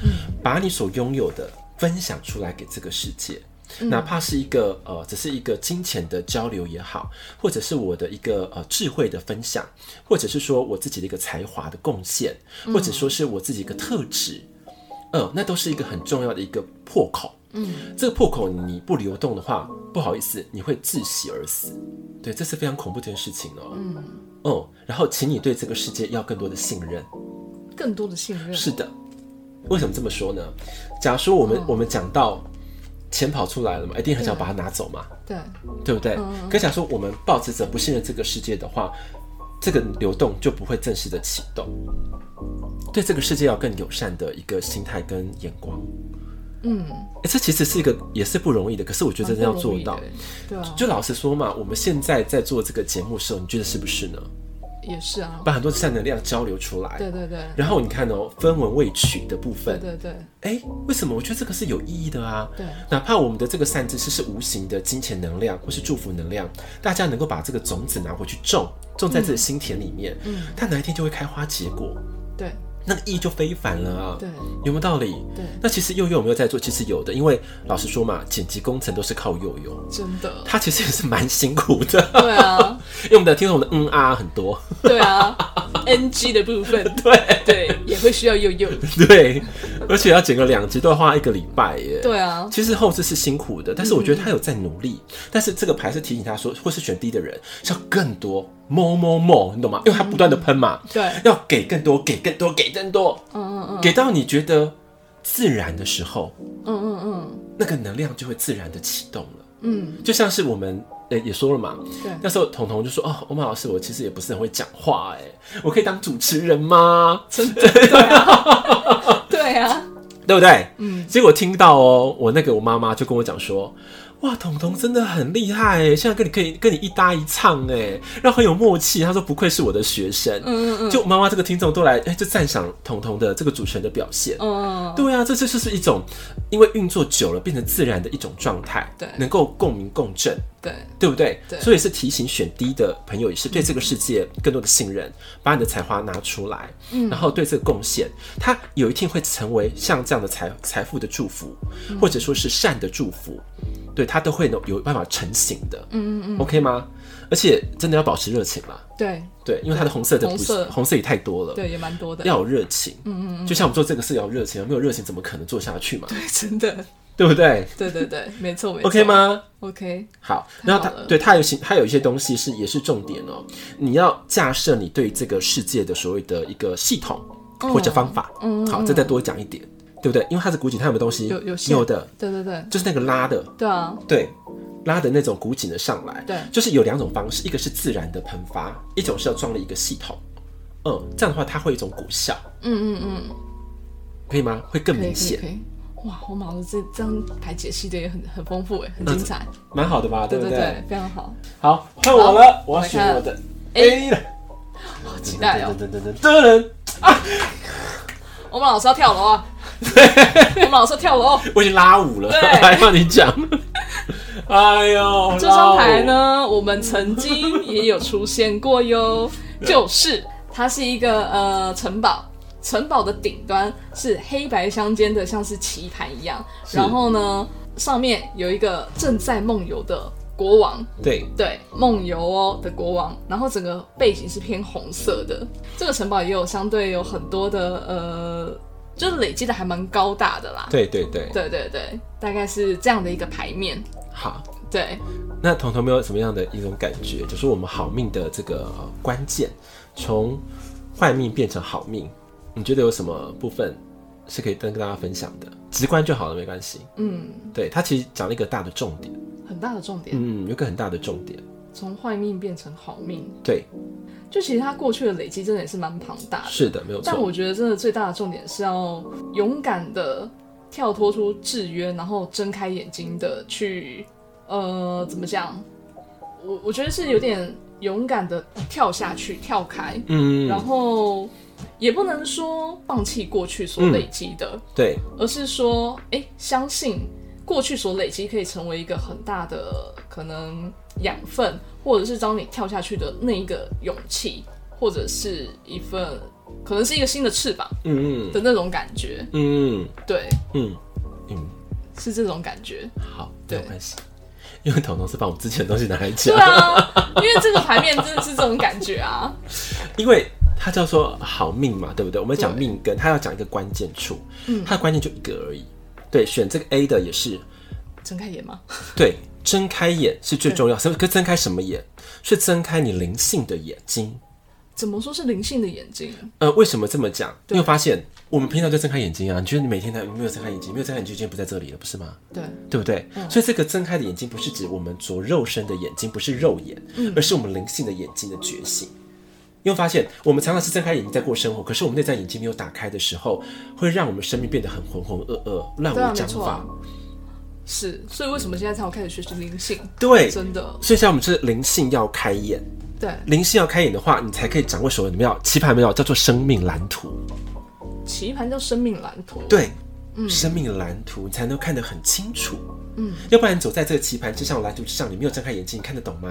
把你所拥有的分享出来给这个世界。哪怕是一个呃，只是一个金钱的交流也好，或者是我的一个呃智慧的分享，或者是说我自己的一个才华的贡献，或者说是我自己一个特质，呃，那都是一个很重要的一个破口。嗯，这个破口你不流动的话，不好意思，你会窒息而死。对，这是非常恐怖的一件事情哦。嗯，哦、然后请你对这个世界要更多的信任。更多的信任。是的，为什么这么说呢？假如说我们、嗯我们讲到钱跑出来了嘛，一定很想把它拿走嘛，对，对不对？嗯可假如说我们抱持着不信任这个世界的话，这个流动就不会正式的启动。对这个世界要更友善的一个心态跟眼光，嗯，哎，这其实是一个也是不容易的，可是我觉得真的要蛮不容做易到的。。对啊，就老实说嘛，我们现在在做这个节目的时候，你觉得是不是呢？也是啊。把很多正能量交流出来，对对对，然后你看哦，分文未取的部对分，对对哎，为什么？我觉得这个是有意义的啊。对哪怕我们的这个善知识是无形的金钱能量或是祝福能量，大家能够把这个种子拿回去种，种在自己的心田里面，嗯，它哪一天就会开花结果，对那个意义就非凡了啊。对有没有道理？ 对，那其实佑佑有没有在做？其实有的，因为老实说嘛，剪辑工程都是靠佑佑，真的。他其实也是蛮辛苦的。 对啊，因为我们的听众的嗯啊很多， 对啊，NG 的部分，对对，也会需要悠悠。对，而且要整个两集都要花一个礼拜耶。对啊，其实后置是辛苦的，但是我嗯觉得他有在努力。但是这个牌是提醒他说，或是选低的人是要更多，more more more，你懂吗？因为他不断的喷嘛，对，要给更多，给更多，给更多，嗯嗯嗯给到你觉得自然的时候，嗯嗯那个能量就会自然的启动了。嗯，就像是我们呃也说了嘛，嗯，那对，时候彤彤就说：“哦，欧曼老师，我其实也不是很会讲话，哎，我可以当主持人吗？”真的，对啊，对啊，对不对？嗯，结果听到哦，我那个我妈妈就跟我讲说，哇，彤彤真的很厉害哎，现在跟你可以跟你一搭一唱哎，然后很有默契。她说不愧是我的学生，嗯嗯嗯就妈妈这个听众都来哎，就赞赏彤彤的这个主持人的表现。嗯，对啊，这这就是一种因为运作久了变成自然的一种状态，对能够共鸣共振。对对不对？对所以是提醒选低的朋友，也是对这个世界更多的信任，把你的才华拿出来，然后对这个贡献，它有一天会成为像这样的财财富的祝福，或者说是善的祝福，对它都会有有办法成型的。嗯嗯嗯，OK 吗？而且真的要保持热情啦，对对，因为它的红色的红不色红色也太多了。对，也蛮多的，要有热情，嗯嗯嗯，就像我们做这个事要有热情，没有热情怎么可能做下去嘛？ 真的，对不对对对对，没错没错？OK 吗？ ？OK，好，太然后好它了对它有些它有一些东西是也是重点哦、你要架设你对这个世界的所谓的一个系统或者方法，嗯，好，这再多讲一点，对不对？因为它是古井，它有没有东西？有有线有的，对对对，就是那个拉的，对啊，对，拉的那种古井的上来，对就是有两种方式，一个是自然的喷发，一种是要装了一个系统，嗯，这样的话它会有一种果效，嗯嗯嗯，可以吗？会更可以明可以显可，以。哇，我马老师这这样排解析的也很很丰富哎，很精彩，蛮好的吧？嗯对对不对对，非常好，好，换我了，我要来选看我的 A A 了，好期待哦！噔噔噔噔噔噔。我们老师要跳 楼啊！我们老师要跳楼，我已经拉五了，对还要你 讲？哎呦，这张牌呢，我们曾经也有出现过哟，就是它是一个呃城堡，城堡的顶端是黑白相间的，像是棋盘一样，是然后呢上面有一个正在梦游的国王，拉五？对，对，梦游哦的国王，然后整个背景是偏红色的。这个城堡也有相对有很多的呃，就是累积的还蛮高大的啦。对对对，对对对，大概是这样的一个牌面。好。对，那彤彤没有什么样的一种感觉，就是我们好命的这个呃关键，从坏命变成好命，你觉得有什么部分是可以跟跟大家分享的？直观就好了，没关系。嗯，对他其实讲了一个大的重点，很大的重点，嗯，有一个很大的重点，从坏命变成好命，对，就其实他过去的累积真的也是蛮庞大的。是的，没有但错，我觉得真的最大的重点是要勇敢的跳脱出制约，然后睁开眼睛的去，呃，怎么讲？我我觉得是有点勇敢的跳下去，跳开，嗯，然后也不能说放弃过去嗯所累积的，对，而是说，哎、相信过去所累积可以成为一个很大的可能养分，或者是当你跳下去的那一个勇气，或者是一份可能是一个新的翅膀嗯的那种感觉，嗯对，嗯嗯，是这种感觉。好，没对有关系，因为彤彤是把我们之前的东西拿来对讲，啊，因为这个牌面真的是这种感觉啊。因为他叫做好命嘛，对不对？我们讲对命根，他要讲一个关键处，嗯他的关键就一个而已。对，选这个 A 的也是睁开眼吗？对，睁开眼是最重要。什么？可睁开什么眼？是睁开你灵性的眼睛。怎么说是灵性的眼睛？呃，为什么这么讲？你对有发现，我们平常就睁开眼睛啊？你觉得你每天的没有睁开眼睛，没有睁开眼睛就已经不在这里了，不是吗？对，对不对？所以这个睁开的眼睛不是指我们着肉身的眼睛，不是肉眼，嗯而是我们灵性的眼睛的觉醒。你会发现，我们常常是睁开眼睛在过生活，可是我们内在眼睛没有打开的时候，会让我们生命变得很浑浑噩噩、乱对啊，无没章错啊法。。是，所以为什么现在才要开始学习灵性？对，真的，所以像我们这灵性要开眼，对，灵性要开眼的话，你才可以掌握所有你们要棋盘没有叫做生命蓝图。棋盘叫生命蓝图。，对，生命蓝图你才能看得很清楚。嗯，要不然你走在这个棋盘之上、蓝图之上，你没有睁开眼睛，你看得懂吗？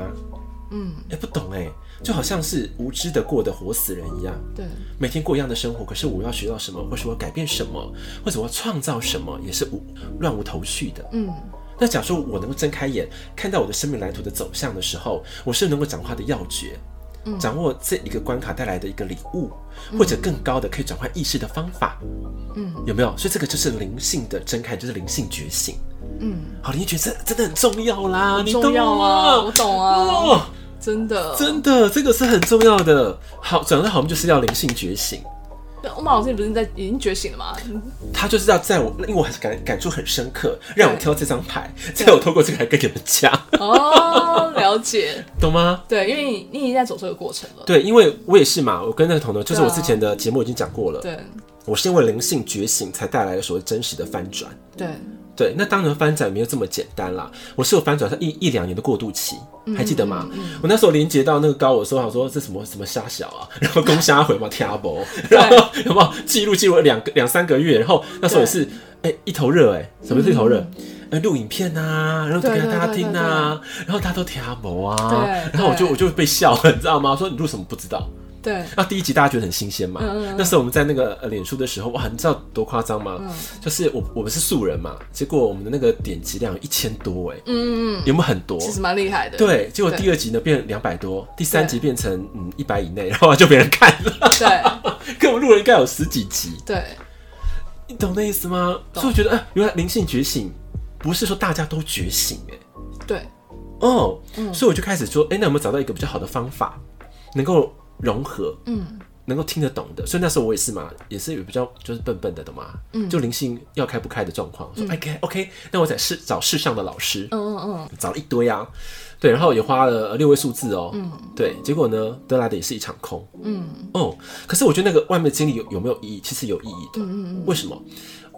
嗯，哎、不懂哎、就好像是无知的过的活死人一样，对，每天过一样的生活。可是我要学到什么，或是我要改变什么，或者我要创造什么，也是无乱无头绪的。嗯。那假如说我能够睁开眼，看到我的生命蓝图的走向的时候，我是能够掌握它的要诀，嗯掌握这一个关卡带来的一个礼物，或者更高的可以转换意识的方法，嗯，有没有？所以这个就是灵性的睁开，就是灵性觉醒。嗯，好，你觉得这真的很重要啦，你重懂要啊，我吗？懂啊，哦，真的，真的，这个是很重要的。好，转到好，我们就是要灵性觉醒。对。欧马老师，你不是在已经觉醒 了吗？他就是要在我，因为我感感触很深刻，让我挑这张牌，再我透过这个来跟你们讲，哦，了解，懂吗？对，因为你你已经在走这个过程了，对，因为我也是嘛，我跟那个彤彤，就是对我啊之前的节目已经讲过了，对我是因为灵性觉醒才带来了所谓真实的翻转。对，对，那当然翻转没有这么简单啦，我是有翻转上一一两年的过渡期，嗯还记得吗？我那时候连接到那个高我的时候，我想说这什么什么虾小啊， 然后攻虾回嘛，天阿伯，然后有没有记录记录了两个两三个月，然后那时候也是哎、一头热哎、什么是一头热？哎，录影片呐、啊，然后就给嗯对大家对对听啊，然后大家都听阿伯啊对，然后我就对我就被笑了，你知道吗？我说你录什么不知道，对，那第一集大家觉得很新鲜嘛？嗯嗯嗯那时候我们在那个呃脸书的时候，哇，你知道多夸张吗？嗯就是我我们是素人嘛，结果我们的那个点击量有一千多哎、嗯，有没有很多？其实蛮厉害的，对，结果第二集呢变两百多，第三集变成嗯一百以内，然后就别人看了， 对跟我们录了应该有十几集，对你懂那意思吗？所懂以我觉得，哎、原来灵性觉醒不是说大家都觉醒哎、对，哦，嗯所以我就开始说，哎、那有没有找到一个比较好的方法，能够融合，嗯，能够听得懂的，所以那时候我也是嘛，也是有比较就是笨笨的，懂吗？嗯，就灵性要开不开的状况，说哎开 OK，那我在试找世上的老师，嗯嗯找了一堆啊，对，然后也花了呃六位数字哦，嗯，对，结果呢得来的也是一场空，嗯哦，可是我觉得那个外面的经历有有没有意义？其实有意义的，嗯嗯为什么？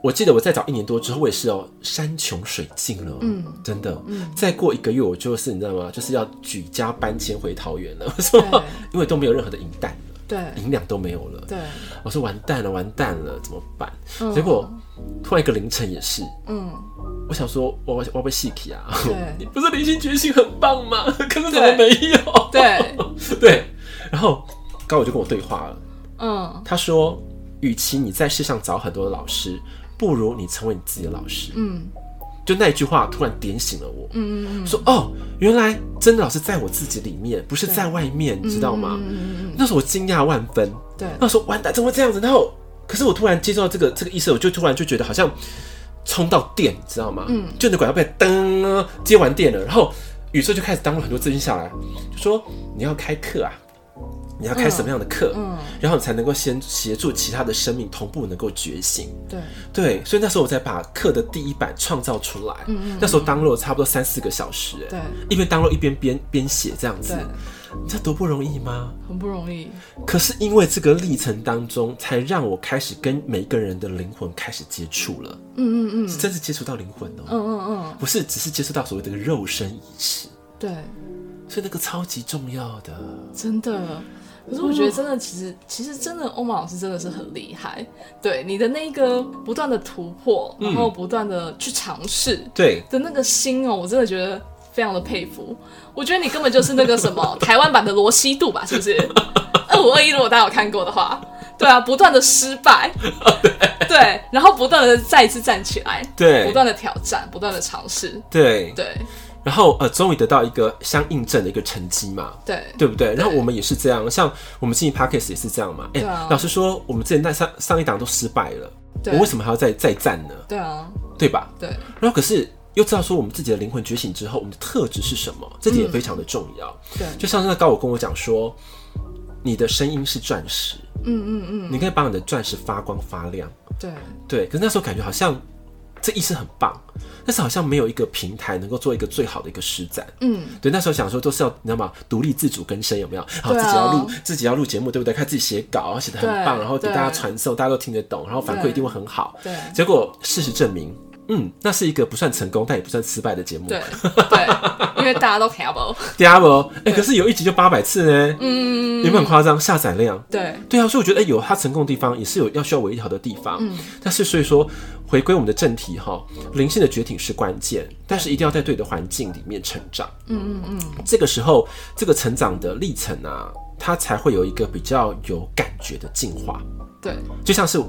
我记得我再找一年多之后，我也是哦，山穷水尽了，嗯，真的，嗯，再过一个月我就是你知道吗？就是要举家搬迁回桃园了，我 说对因为都没有任何的银弹了，嗯，对银两都没有了，对，我说完蛋了，完蛋了，怎么办？结果突然一个凌晨也是，嗯我想说，我我我要被戏体啊！对 你不是灵性觉醒很棒吗？可是怎么没有？ 对，对，然后高我就跟我对话了，嗯他说，与其你在世上找很多的老师，不如你成为你自己的老师。嗯就那一句话突然点醒了我，嗯嗯说哦，原来真的老师在我自己里面，不是在外面，你知道吗？嗯嗯那时候我惊讶万分，嗯，对，那时候完蛋，怎么会这样子？然后，可是我突然接受到这个这个意识，我就突然就觉得好像充到电，你知道吗？嗯，就你的管要被灯啊接完电了，然后宇宙就开始当了很多资讯下来，就说你要开课啊，你要开什么样的课，嗯，然后你才能够先协助其他的生命同步能够觉醒。对，对，所以那时候我才把课的第一版创造出来。嗯嗯那时候当了差不多三四个小时，哎对，一边当了一边编编写这样子对，，你知道多不容易吗？很不容易，可是因为这个历程当中，才让我开始跟每一个人的灵魂开始接触了，嗯嗯嗯，是真是接触到灵魂哦、嗯嗯嗯，不是只是接触到所谓的肉身意识，对，所以那个超级重要的。真的。可是我觉得真的，其实其实真的，欧玛老师真的是很厉害。对你的那个不断的突破，然后不断的去尝试对，的那个心哦，我真的觉得非常的佩服。我觉得你根本就是那个什么台湾版的罗西度吧，是不是？二五二一，如果大家有看过的话，对啊，不断的失败，对，然后不断的再一次站起来，对不断的挑战，不断的尝试，对，对然后呃，终于得到一个相应证的一个成绩嘛，对对不对？然后我们也是这样，像我们进行 podcast 也是这样嘛。哎、对啊老实说，我们之前那上上一档都失败了，对我为什么还要再再战呢？对啊，对吧？对然后可是又知道说我们自己的灵魂觉醒之后，我们的特质是什么，这嗯点也非常的重要。对，就像那高我跟我讲说，你的声音是钻石，嗯嗯嗯，你可以把你的钻石发光发亮。对对，可是那时候感觉好像这意识很棒，但是好像没有一个平台能够做一个最好的一个施展。嗯。对，那时候想说都是要你知道吗？独立自主更生有没有？好，对自啊己要录自己要录节目，对不对？看自己写稿，然后写的很对棒，然后给对大家传送，大家都听得懂，然后反馈对一定会很好。对结果事实证明，嗯，那是一个不算成功，但也不算失败的节目。对对，因为大家都 c a b ，Diablo，哎、可是有一集就八百次呢，嗯，有没有很夸张？下载量。对对啊，所以我觉得，哎、有它成功的地方，也是有要需要微调的地方。嗯，但是所以说，回归我们的正题哈，灵性的觉醒是关键，但是一定要在对的环境里面成长。嗯嗯嗯，这个时候，这个成长的历程啊，它才会有一个比较有感觉的进化。对就像是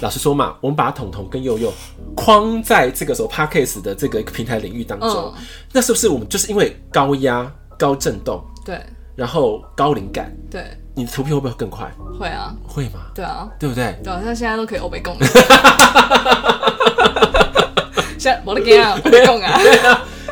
老实说嘛，我们把彤彤跟佑佑框在这个时候 p a c k a s e 的这个平台领域当中，嗯那是不是我们就是因为高压、高震动，对然后高灵感，对，你的图片会不会更快？会啊，会吗？对啊，对不对？对啊，像现在都可以欧北共了。现在我的天啊，欧北共啊，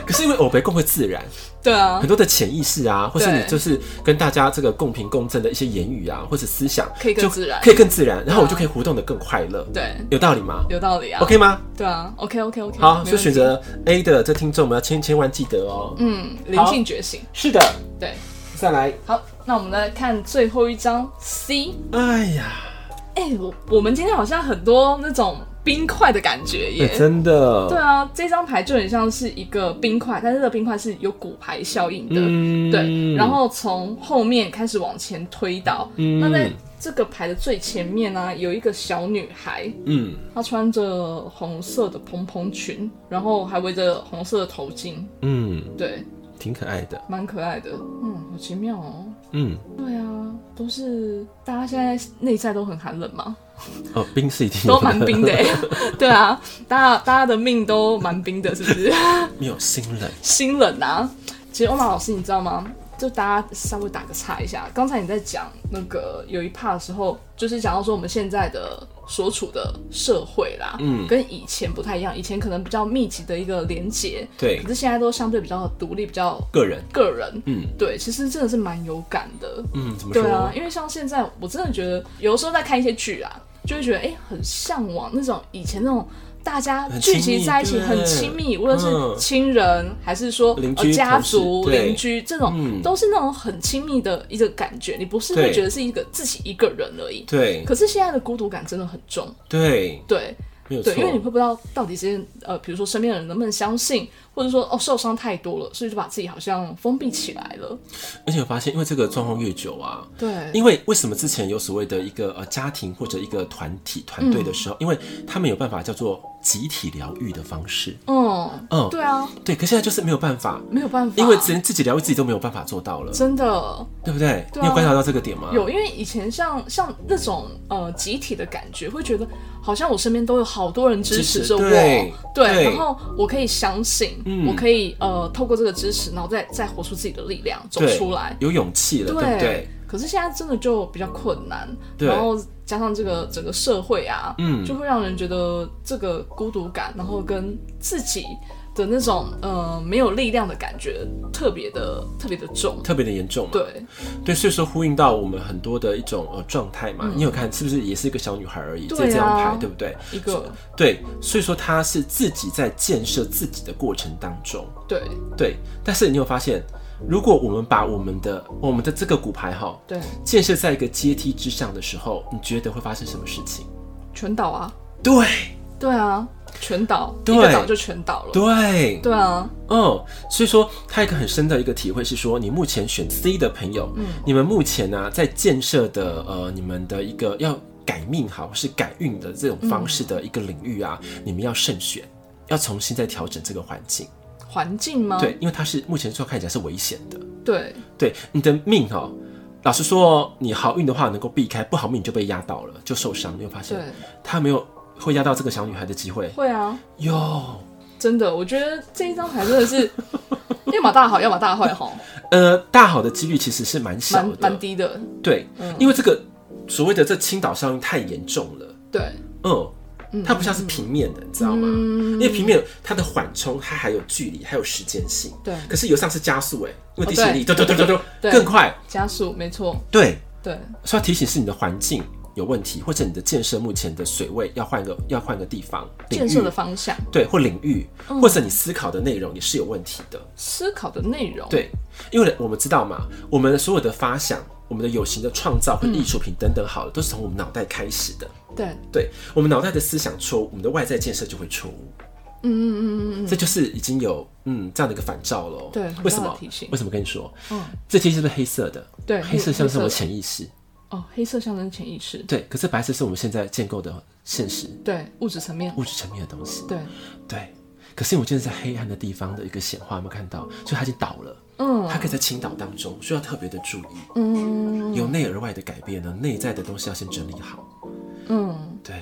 可是因为偶被共会自然，对啊很，多的潜意识啊，或是对你就是跟大家这个共频共振的一些言语啊，或者思想，可以更就自然嗯可以更自然，然后我就可以活动的更快乐，对，有道理吗有道理啊。 ？OK 吗？对啊，OK OK OK。好，所以选择 A 的这听众们要千千万记得哦。嗯，灵性觉醒。是的，对，再来，好，那我们再看最后一张 C。哎呀，哎、我我们今天好像很多那种冰块的感觉耶。哎真对的，啊，这张牌就很像是一个冰块，但是这个冰块是有骨牌效应的，嗯对。然后从后面开始往前推到，那在这个牌的最前面呢、啊有一个小女孩，嗯，她穿着红色的蓬蓬裙，然后还围着红色的头巾，嗯，对，挺可爱的，蛮可爱的，嗯，好奇妙哦。嗯，对啊，都是大家现在内在都很寒冷嘛，哦，冰是一定有都的蛮冰的、欸， 对啊，大家大家的命都蛮冰的，是不是？ 没有心冷，新人啊。其实欧玛老师，你知道吗？就大家稍微打个岔一下，刚才你在讲那个有一 part 的时候，就是讲到说我们现在的所处的社会啦，嗯跟以前不太一样，以前可能比较密集的一个连结，对可，是现在都相对比较独立，比较个人，个人，嗯对，其实真的是蛮有感的，嗯，怎么对啊说，？因为像现在，我真的觉得有的时候在看一些剧啊，就会觉得哎、诶很向往那种以前那种大家很亲聚密集在一起对很亲密，无论嗯是亲人、还是说邻呃居家同事族、对邻居这种，嗯都是那种很亲密的一个感觉。你不是对会觉得是一个自己一个人而已。对可是现在的孤独感真的很重，对，对没有错对，因，为你会不知道到底这些呃，比如说身边的人能不能相信，或者说哦受伤太多了，所以就把自己好像封闭起来了。而且我发现，因为这个状况越久啊，对，因为为什么之前有所谓的一个呃家庭或者一个团体团队的时嗯候，因为他们有办法叫做集体疗愈的方式，嗯嗯对啊，对，可现在就是没有办法，没有办法，因为连自己疗愈自己都没有办法做到了，真的对不对？对啊你有观察到这个点吗？有，因为以前像像那种呃集体的感觉，会觉得好像我身边都有好多人支持着我，支持对对然后我可以相信，嗯我可以呃透过这个支持，然后再再活出自己的力量，走对，出来。有勇气了，对不对？可是现在真的就比较困难，对然后加上这个整个社会啊，嗯就会让人觉得这个孤独感，然后跟自己的那种呃没有力量的感觉，特别的特别的重。特别的严重嘛。对，对，所以说呼应到我们很多的一种呃状态嘛。你有看是不是也是一个小女孩而已，嗯对在这样啊拍，对不对？一个对，所以说她是自己在建设自己的过程当中，对对。但是你有发现，如果我们把我们的我们的这个骨牌哈对建设在一个阶梯之上的时候，你觉得会发生什么事情？全倒啊，对对啊，全倒，对一个岛就全倒了。对对啊，嗯，所以说他有一个很深的一个体会是说，你目前选 C 的朋友，嗯，你们目前呢、在建设的呃你们的一个要改命好或是改运的这种方式的一个领域啊，你们要慎选，要重新再调整这个环境，环境吗？对，因为它是目前说看起来是危险的，对对，你的命哦。老实说哦，你好运的话能够避开，不好命你就被压倒了，就受伤。你有发现对，他没有会压到这个小女孩的机会？会啊，有，真的，我觉得这一张牌真 的是要么大好，要么大坏哈，呃，大好的几率其实是蛮小蛮的，蛮低的。对，嗯因为这个所谓的这倾倒效应太严重了，对，嗯，它不像是平面的，你知道吗？嗯因为平面它的缓冲，它还有距离，还有时间性。对可是由上是加速，哎，因为地心力，哦对对对对对对，对更快。加速没错，对，对所以要提醒是你的环境有问题，或者你的建设目前的水位要换个要换个地方领建设域的，方嗯向、对，或领域，或者你思考的内容也是有问题的。思考的内容，对，因为我们知道嘛，我们所有的发想、我们的有形的创造嗯和艺术品等等，好了，都是从我们脑袋开始的。对，对我们脑袋的思想错误，我们的外在建设就会错误。嗯嗯嗯嗯嗯，这就是已经有嗯这样的一个反照了哦。对很为什大的么提醒？为什么跟你说？嗯，这天是不是黑色的？对黑色像是我黑们色潜意识。哦，黑色象征潜意识，对，可是白色是我们现在建构的现实对，物质层面，物质层面的东西。对，对，可是我们现在在黑暗的地方的一个显化，有没有看到？所以它已经倒了，嗯它可以在倾倒当中，需要特别的注意。嗯由内而外的改变呢，内在的东西要先整理好。嗯，对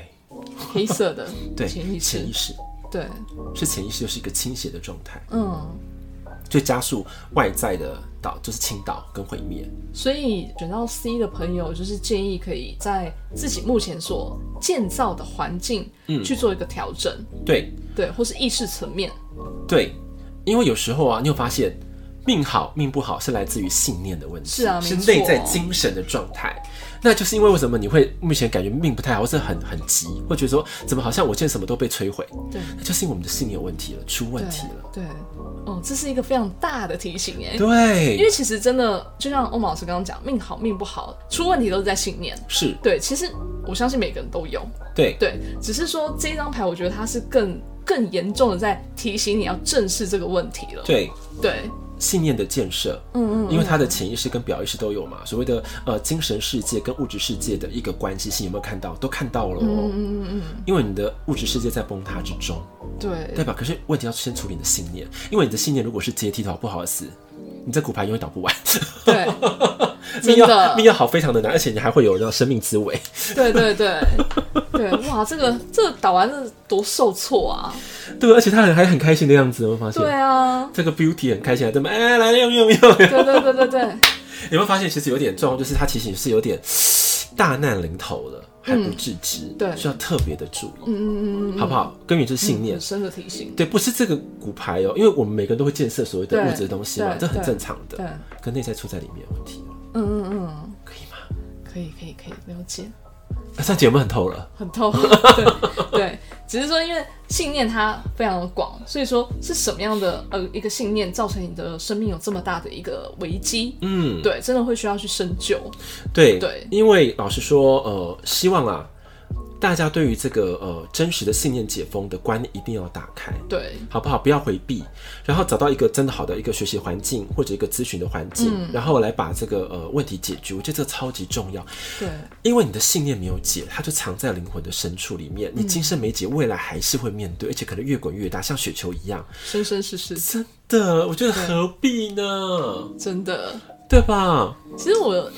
黑色的 对，潜意识潜意，识对，是潜意识，就是一个倾斜的状态。嗯，就加速外在的倒，就是倾倒跟毁灭。所以选到 C 的朋友，就是建议可以在自己目前所建造的环境嗯去做一个调整，对对，或是意识层面，对，因为有时候啊，你有发现命好命不好是来自于信念的问题，是啊是没错内在精神的状态。那就是因为为什么你会目前感觉命不太好，或是很很急，或觉得说怎么好像我见什么都被摧毁，对，那就是因为我们的信念有问题了，出问题了。对，对，哦，这是一个非常大的提醒耶。因对为，其实真的，就像欧盟老师刚刚讲，命好命不好，出问题都是在信念。是，对，其实我相信每个人都有，对，对，只是说这一张牌，我觉得它是更更严重的在提醒你要正视这个问题了。对，对，信念的建设，嗯嗯，因为他的潜意识跟表意识都有嘛，所谓的呃精神世界跟物质世界的一个关系性，有没有看到？都看到了、哦。嗯嗯嗯嗯，因为你的物质世界在崩塌之中，对对，吧？可是问题要先处理你的信念，因为你的信念如果是阶梯的话，不好意思，你这骨牌永远倒不完，对，命真要命的，要好非常的难，而且你还会有那种生命滋味。对对对对，哇，这个这个打完这多受挫啊！对，而且他很还很开心的样子，有没有发现？对啊，这个 beauty 很开心，还这么哎来用用用，有对对对对对，没有发现其实有点重，就是他提醒是有点大难临头了，还不自知，嗯对需要特别的注意，嗯嗯嗯嗯，好不好？根源就是信念很，深的提醒。对，不是这个骨牌哦，因为我们每个人都会建设所谓的对物质的东西嘛，对这很对正常对，的，跟内在出在里面有问题了，嗯嗯嗯，可以吗？可以可以可以，了解。啊上节目很透了，很痛， 对对，只是说因为信念它非常的广，所以说是什么样的呃一个信念造成你的生命有这么大的一个危机？嗯，对，真的会需要去深究。对对因为老实说，呃，希望啊，大家对于这个呃真实的信念解封的观念一定要打开，对好不好？不要回避，然后找到一个真的好的一个学习环境或者一个咨询的环境，然后来把这个呃问题解决，我觉得这个超级重要，对因为你的信念没有解，它就藏在灵魂的深处里面，你今生没解，未来还是会面对，而且可能越滚越大，像雪球一样，生生世世，真的，我觉得何必呢？真的。对吧？其实我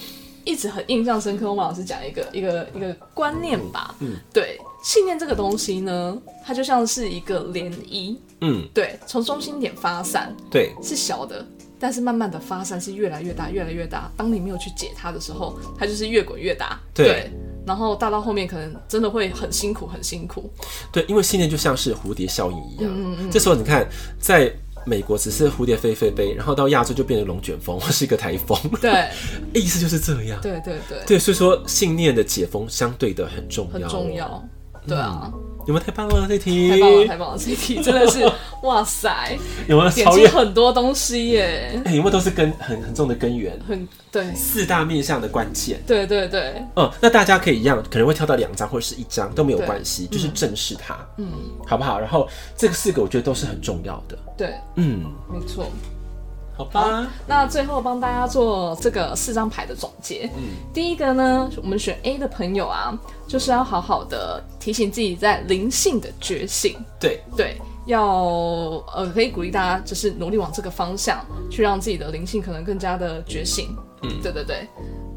一直很印象深刻，我们老师讲一个一个一个观念吧，嗯，对，信念这个东西呢，它就像是一个涟漪，嗯，对，从中心点发散，对，是小的，但是慢慢的发散是越来越大，越来越大。当你没有去解它的时候，它就是越滚越大。对然后大到后面可能真的会很辛苦，很辛苦。对，因为信念就像是蝴蝶效应一样。嗯这时候你看，在美国只是蝴蝶飞飞飞，然后到亚洲就变成龙卷风或是一个台风， 对，意思就是这样。对对对，对，所以说信念的解封相对的很重要、哦很重。要。对啊，你们太棒了，这题太棒了，太棒了！这一题真的是，哇 塞，有没有点超出越？很多东西耶，哎有没有都是根很很重的根源？很对，四大面向的关键。对对对，嗯，那大家可以一样，可能会挑到两张或者是一张都没有对关系，就是正视它，嗯，好不好？然后这个四个我觉得都是很重要的。对，嗯，没错。好吧。那最后帮大家做这个四张牌的总结。嗯，第一个呢，我们选 A 的朋友啊，就是要好好的提醒自己在灵性的觉醒，对，对，要呃可以鼓励大家就是努力往这个方向去，让自己的灵性可能更加的觉醒。嗯，对对对。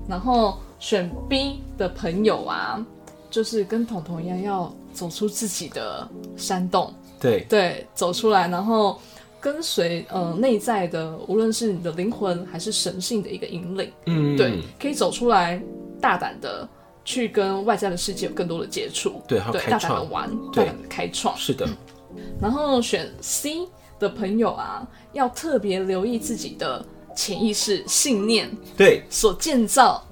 然后选 B 的朋友啊，就是跟彤彤一样，要走出自己的山洞，对，对，走出来，然后跟随呃内在的，无论是你的灵魂还是神性的一个引领，嗯，对，可以走出来，大胆的去跟外在的世界有更多的接触，对还有开大胆的创玩，大对胆的开创。是的，然后选 C 的朋友啊，要特别留意自己的潜意识信念对，所建造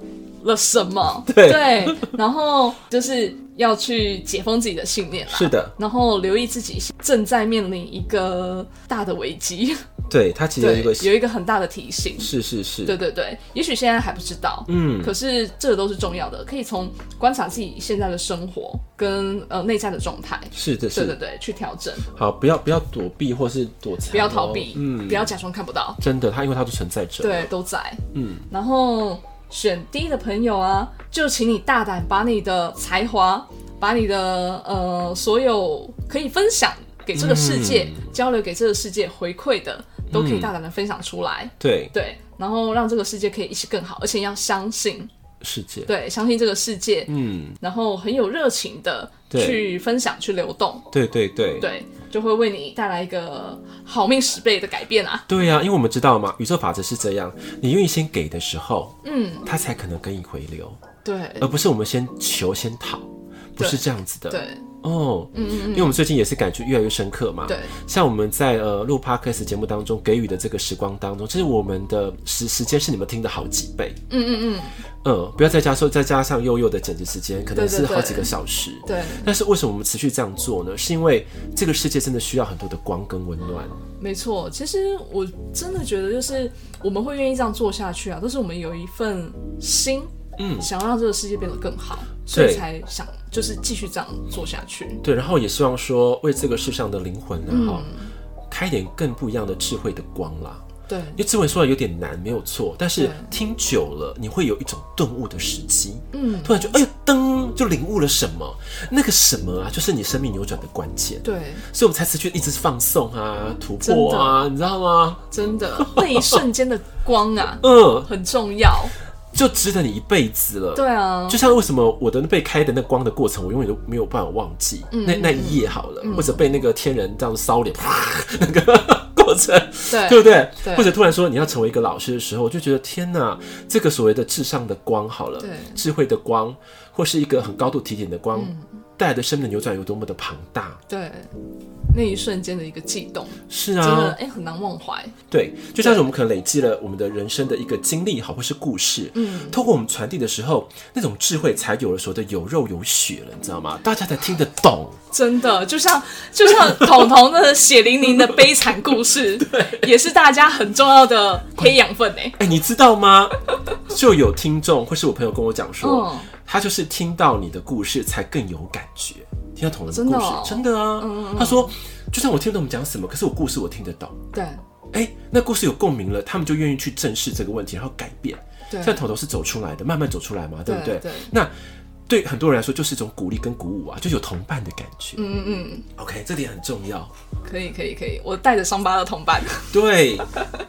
了什么， 对然后就是要去解封自己的信念啦。是的，然后留意自己正在面临一个大的危机， 对，它其实有对一个，有一个很大的提醒。是是是，对对对，也许现在还不知道，嗯，可是这个都是重要的，可以从观察自己现在的生活跟呃内在的状态，是的，对是对的，对，去调整，好，不要不要躲避或是躲藏哦，不要逃避，嗯，不要假装看不到，真的，它因为它就存在着，，对，都在。嗯，然后选 D 的朋友啊，就请你大胆把你的才华，把你的呃所有可以分享给这个世界、嗯交流给这个世界回馈的，都可以大胆的分享出来。对，对，然后让这个世界可以一起更好，而且要相信，世界，对，相信这个世界，嗯，然后很有热情的对去分享、去流动，对对对，对，就会为你带来一个好命十倍的改变啊！对呀、因为我们知道嘛，宇宙法则是这样，你愿意先给的时候，嗯，它才可能给你回流，对，而不是我们先求先讨，不是这样子的。对，哦，嗯嗯，因为我们最近也是感觉越来越深刻嘛。对，像我们在呃录 podcast 节目当中给予的这个时光当中，其实我们的时时间是你们听的好几倍。嗯嗯嗯，嗯，不要再加说再加上悠悠的剪辑时间，可能嗯对对是对好几个小时。对，但是为什么我们持续这样做呢？是因为这个世界真的需要很多的光跟温暖。没错，其实我真的觉得，就是我们会愿意这样做下去啊，都是我们有一份心，嗯想要让这个世界变得更好，所以对才想就是继续这样做下去。对，然后也希望说为这个世上的灵魂呢，嗯哈、开一点更不一样的智慧的光啦。对，因为智慧说来有点难，没有错，但是对听久了，你会有一种顿悟的时机。嗯，突然就哎呦噔，就领悟了什么？那个什么啊，就是你生命扭转的关键。对，所以我们才持续一直放送嗯啊、突破啊，你知道吗？真的，那一瞬间的 光啊，嗯，很重要。就值得你一辈子了。对啊，就像为什么我的被开的那光的过程，我永远都没有办法忘记。嗯那那一夜好了，或者被那个天人这样烧脸，啪，那个过程，对对不对？对或者突然说你要成为一个老师的时候，我就觉得天哪，这个所谓的至上的光好了对，智慧的光，或是一个很高度提点的光，嗯带来的生命的扭转有多么的庞大。对，那一瞬间的一个悸动，是真的啊，哎、很难忘怀。对，就像是我们可能累积了我们的人生的一个经历好，或是故事，嗯，透过我们传递的时候，那种智慧才有了所谓的有肉有血了，你知道吗？大家才听得 懂。真的，就像就像彤彤的血淋淋的悲惨 故事，也是大家很重要的黑养分哎、哎、你知道吗？就有听众或是我朋友跟我讲说，嗯他就是听到你的故事才更有感觉，听到同人的真故的事，哦真的啊。他说，就算我听不懂我们讲什么，可是我故事我听得懂。嗯对哎、那故事有共鸣了，他们就愿意去正视这个问题，然后改变。对像头头是走出来的，慢慢走出来嘛，对不对对？对那对很多人来说，就是一种鼓励跟鼓舞啊，就有同伴的感觉。嗯嗯嗯， OK，这点很重要。可以可以可以，我带着伤疤的 同伴，对，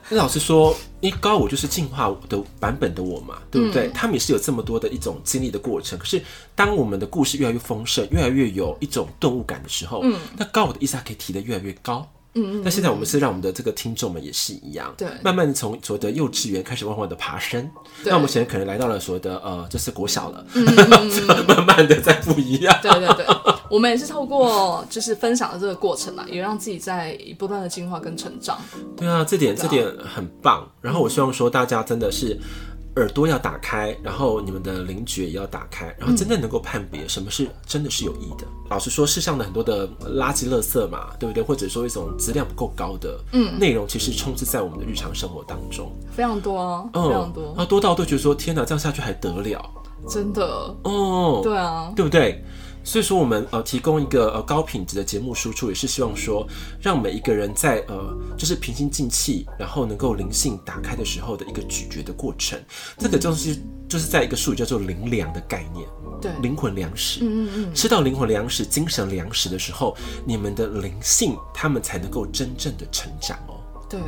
那老实说，因为高我就是进化的版本的我嘛，对不嗯对？他们也是有这么多的一种经历的过程。可是，当我们的故事越来越丰盛，越来越有一种顿悟感的时候，那高我的意思它可以提得越来越高。嗯嗯嗯那现在我们是让我们的这个听众们也是一样，对慢慢地从所谓的幼稚园开始，慢慢的爬升。对嗯那我们现在可能来到了所谓的呃，就是国小了， 慢慢的在不一样。对对对，我们也是透过就是分享的这个过程啊啦，也让自己在不断的进化跟成长。对啊，这点对这啊点很棒。然后我希望说大家真的是耳朵要打开，然后你们的灵觉也要打开，然后真的能够判别什么是真的是有益的。嗯老实说，世上的很多的垃圾、垃圾嘛，对不对？或者说一种质量不够高的嗯内容，其实充斥在我们的日常生活当中，哦非常多啊，嗯非常多然，后多到都觉得说天哪，这样下去还得了？真的，哦，对啊，对不对？所以说，我们呃提供一个呃高品质的节目输出，也是希望说，让每一个人在呃就是平心静气，然后能够灵性打开的时候的一个咀嚼的过程。这个就是就是在一个术语叫做灵粮的概念，对，灵魂粮食。嗯嗯吃到灵魂粮食、精神粮食的时候，你们的灵性他们才能够真正的成长哦。嗯，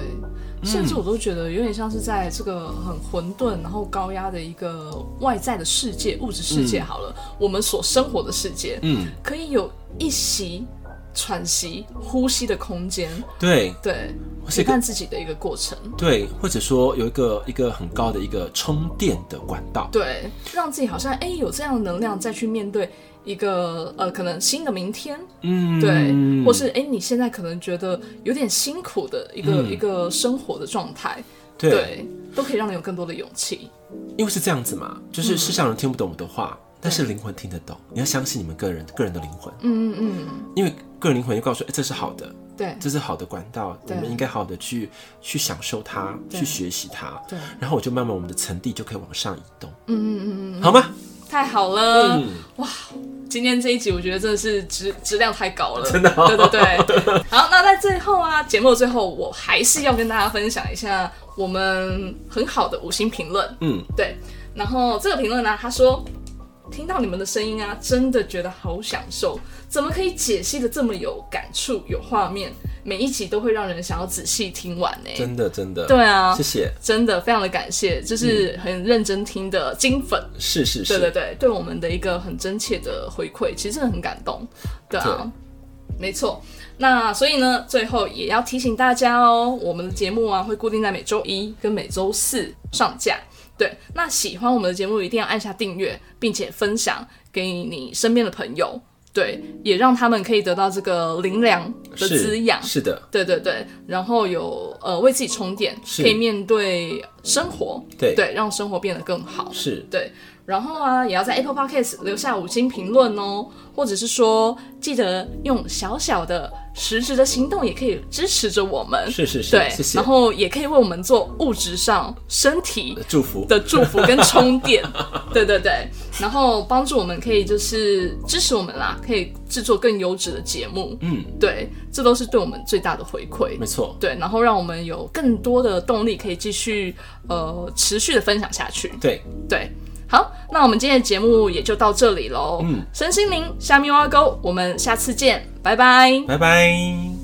对，甚至我都觉得有点像是在这个很混沌然后高压的一个外在的世界，物质世界好了，我们所生活的世界，嗯，可以有一席喘息、呼吸的空间，嗯对对，是一陪个伴自己的一个过程。对，或者说有一个一个很高的一个充电的管道。对，让自己好像哎、有这样的能量再去面对一个呃可能新的明天，嗯，对，或是哎、你现在可能觉得有点辛苦的一个、嗯一个生活的状态，对。都可以让你有更多的勇气。因为是这样子嘛，就是嗯世上人听不懂我的话，但是灵魂听得懂。你要相信你们个人个人的灵魂，嗯嗯嗯，因为个人灵魂就告诉你，哎、这是好的，对这是好的管道，你对们应该好好的去去享受它，对去学习它。对，然后我就慢慢我们的层地就可以往上移动，嗯嗯嗯嗯，好吗？太好了。嗯，今天这一集，我觉得真的是质质量太高了，真的、对对对。好，那在最后啊，节目的最后，我还是要跟大家分享一下我们很好的五星评论。嗯，对。然后这个评论呢，他说。听到你们的声音啊，真的觉得好享受。怎么可以解析的这么有感触、有画面？每一集都会让人想要仔细听完呢、真的真的，哎对啊谢，嗯谢，真的非常的感谢，就是很认真听的金粉。是是是，对对对，对我们的一个很真切的回馈，其实真的很感动。对啊，没错。那所以呢，最后也要提醒大家哦，我们的节目啊会固定在每周一跟每周四上架。对，那喜欢我们的节目一定要按下订阅，并且分享给你身边的朋友，对，也让他们可以得到这个灵粮的是滋养。是的，对对对，然后有呃为自己充电，是可以面对生活，对对，让生活变得更好。是对，然后啊，也要在 Apple Podcast 留下五星评论哦，或者是说，记得用小小的、实质的行动，也可以支持着我们。是是是，对，谢谢，然后也可以为我们做物质上、身体祝福，的祝福跟充 电，对对对，然后帮助我们可以就是支持我们啦，可以制作更优质的节目，嗯，对，这都是对我们最大的回馈没。错，对，然后让我们有更多的动力，可以继续呃持续的分享下去。对，对，好，那我们今天的节目也就到这里喽。嗯，身心灵，虾米挖沟，我们下次见，拜拜。拜拜。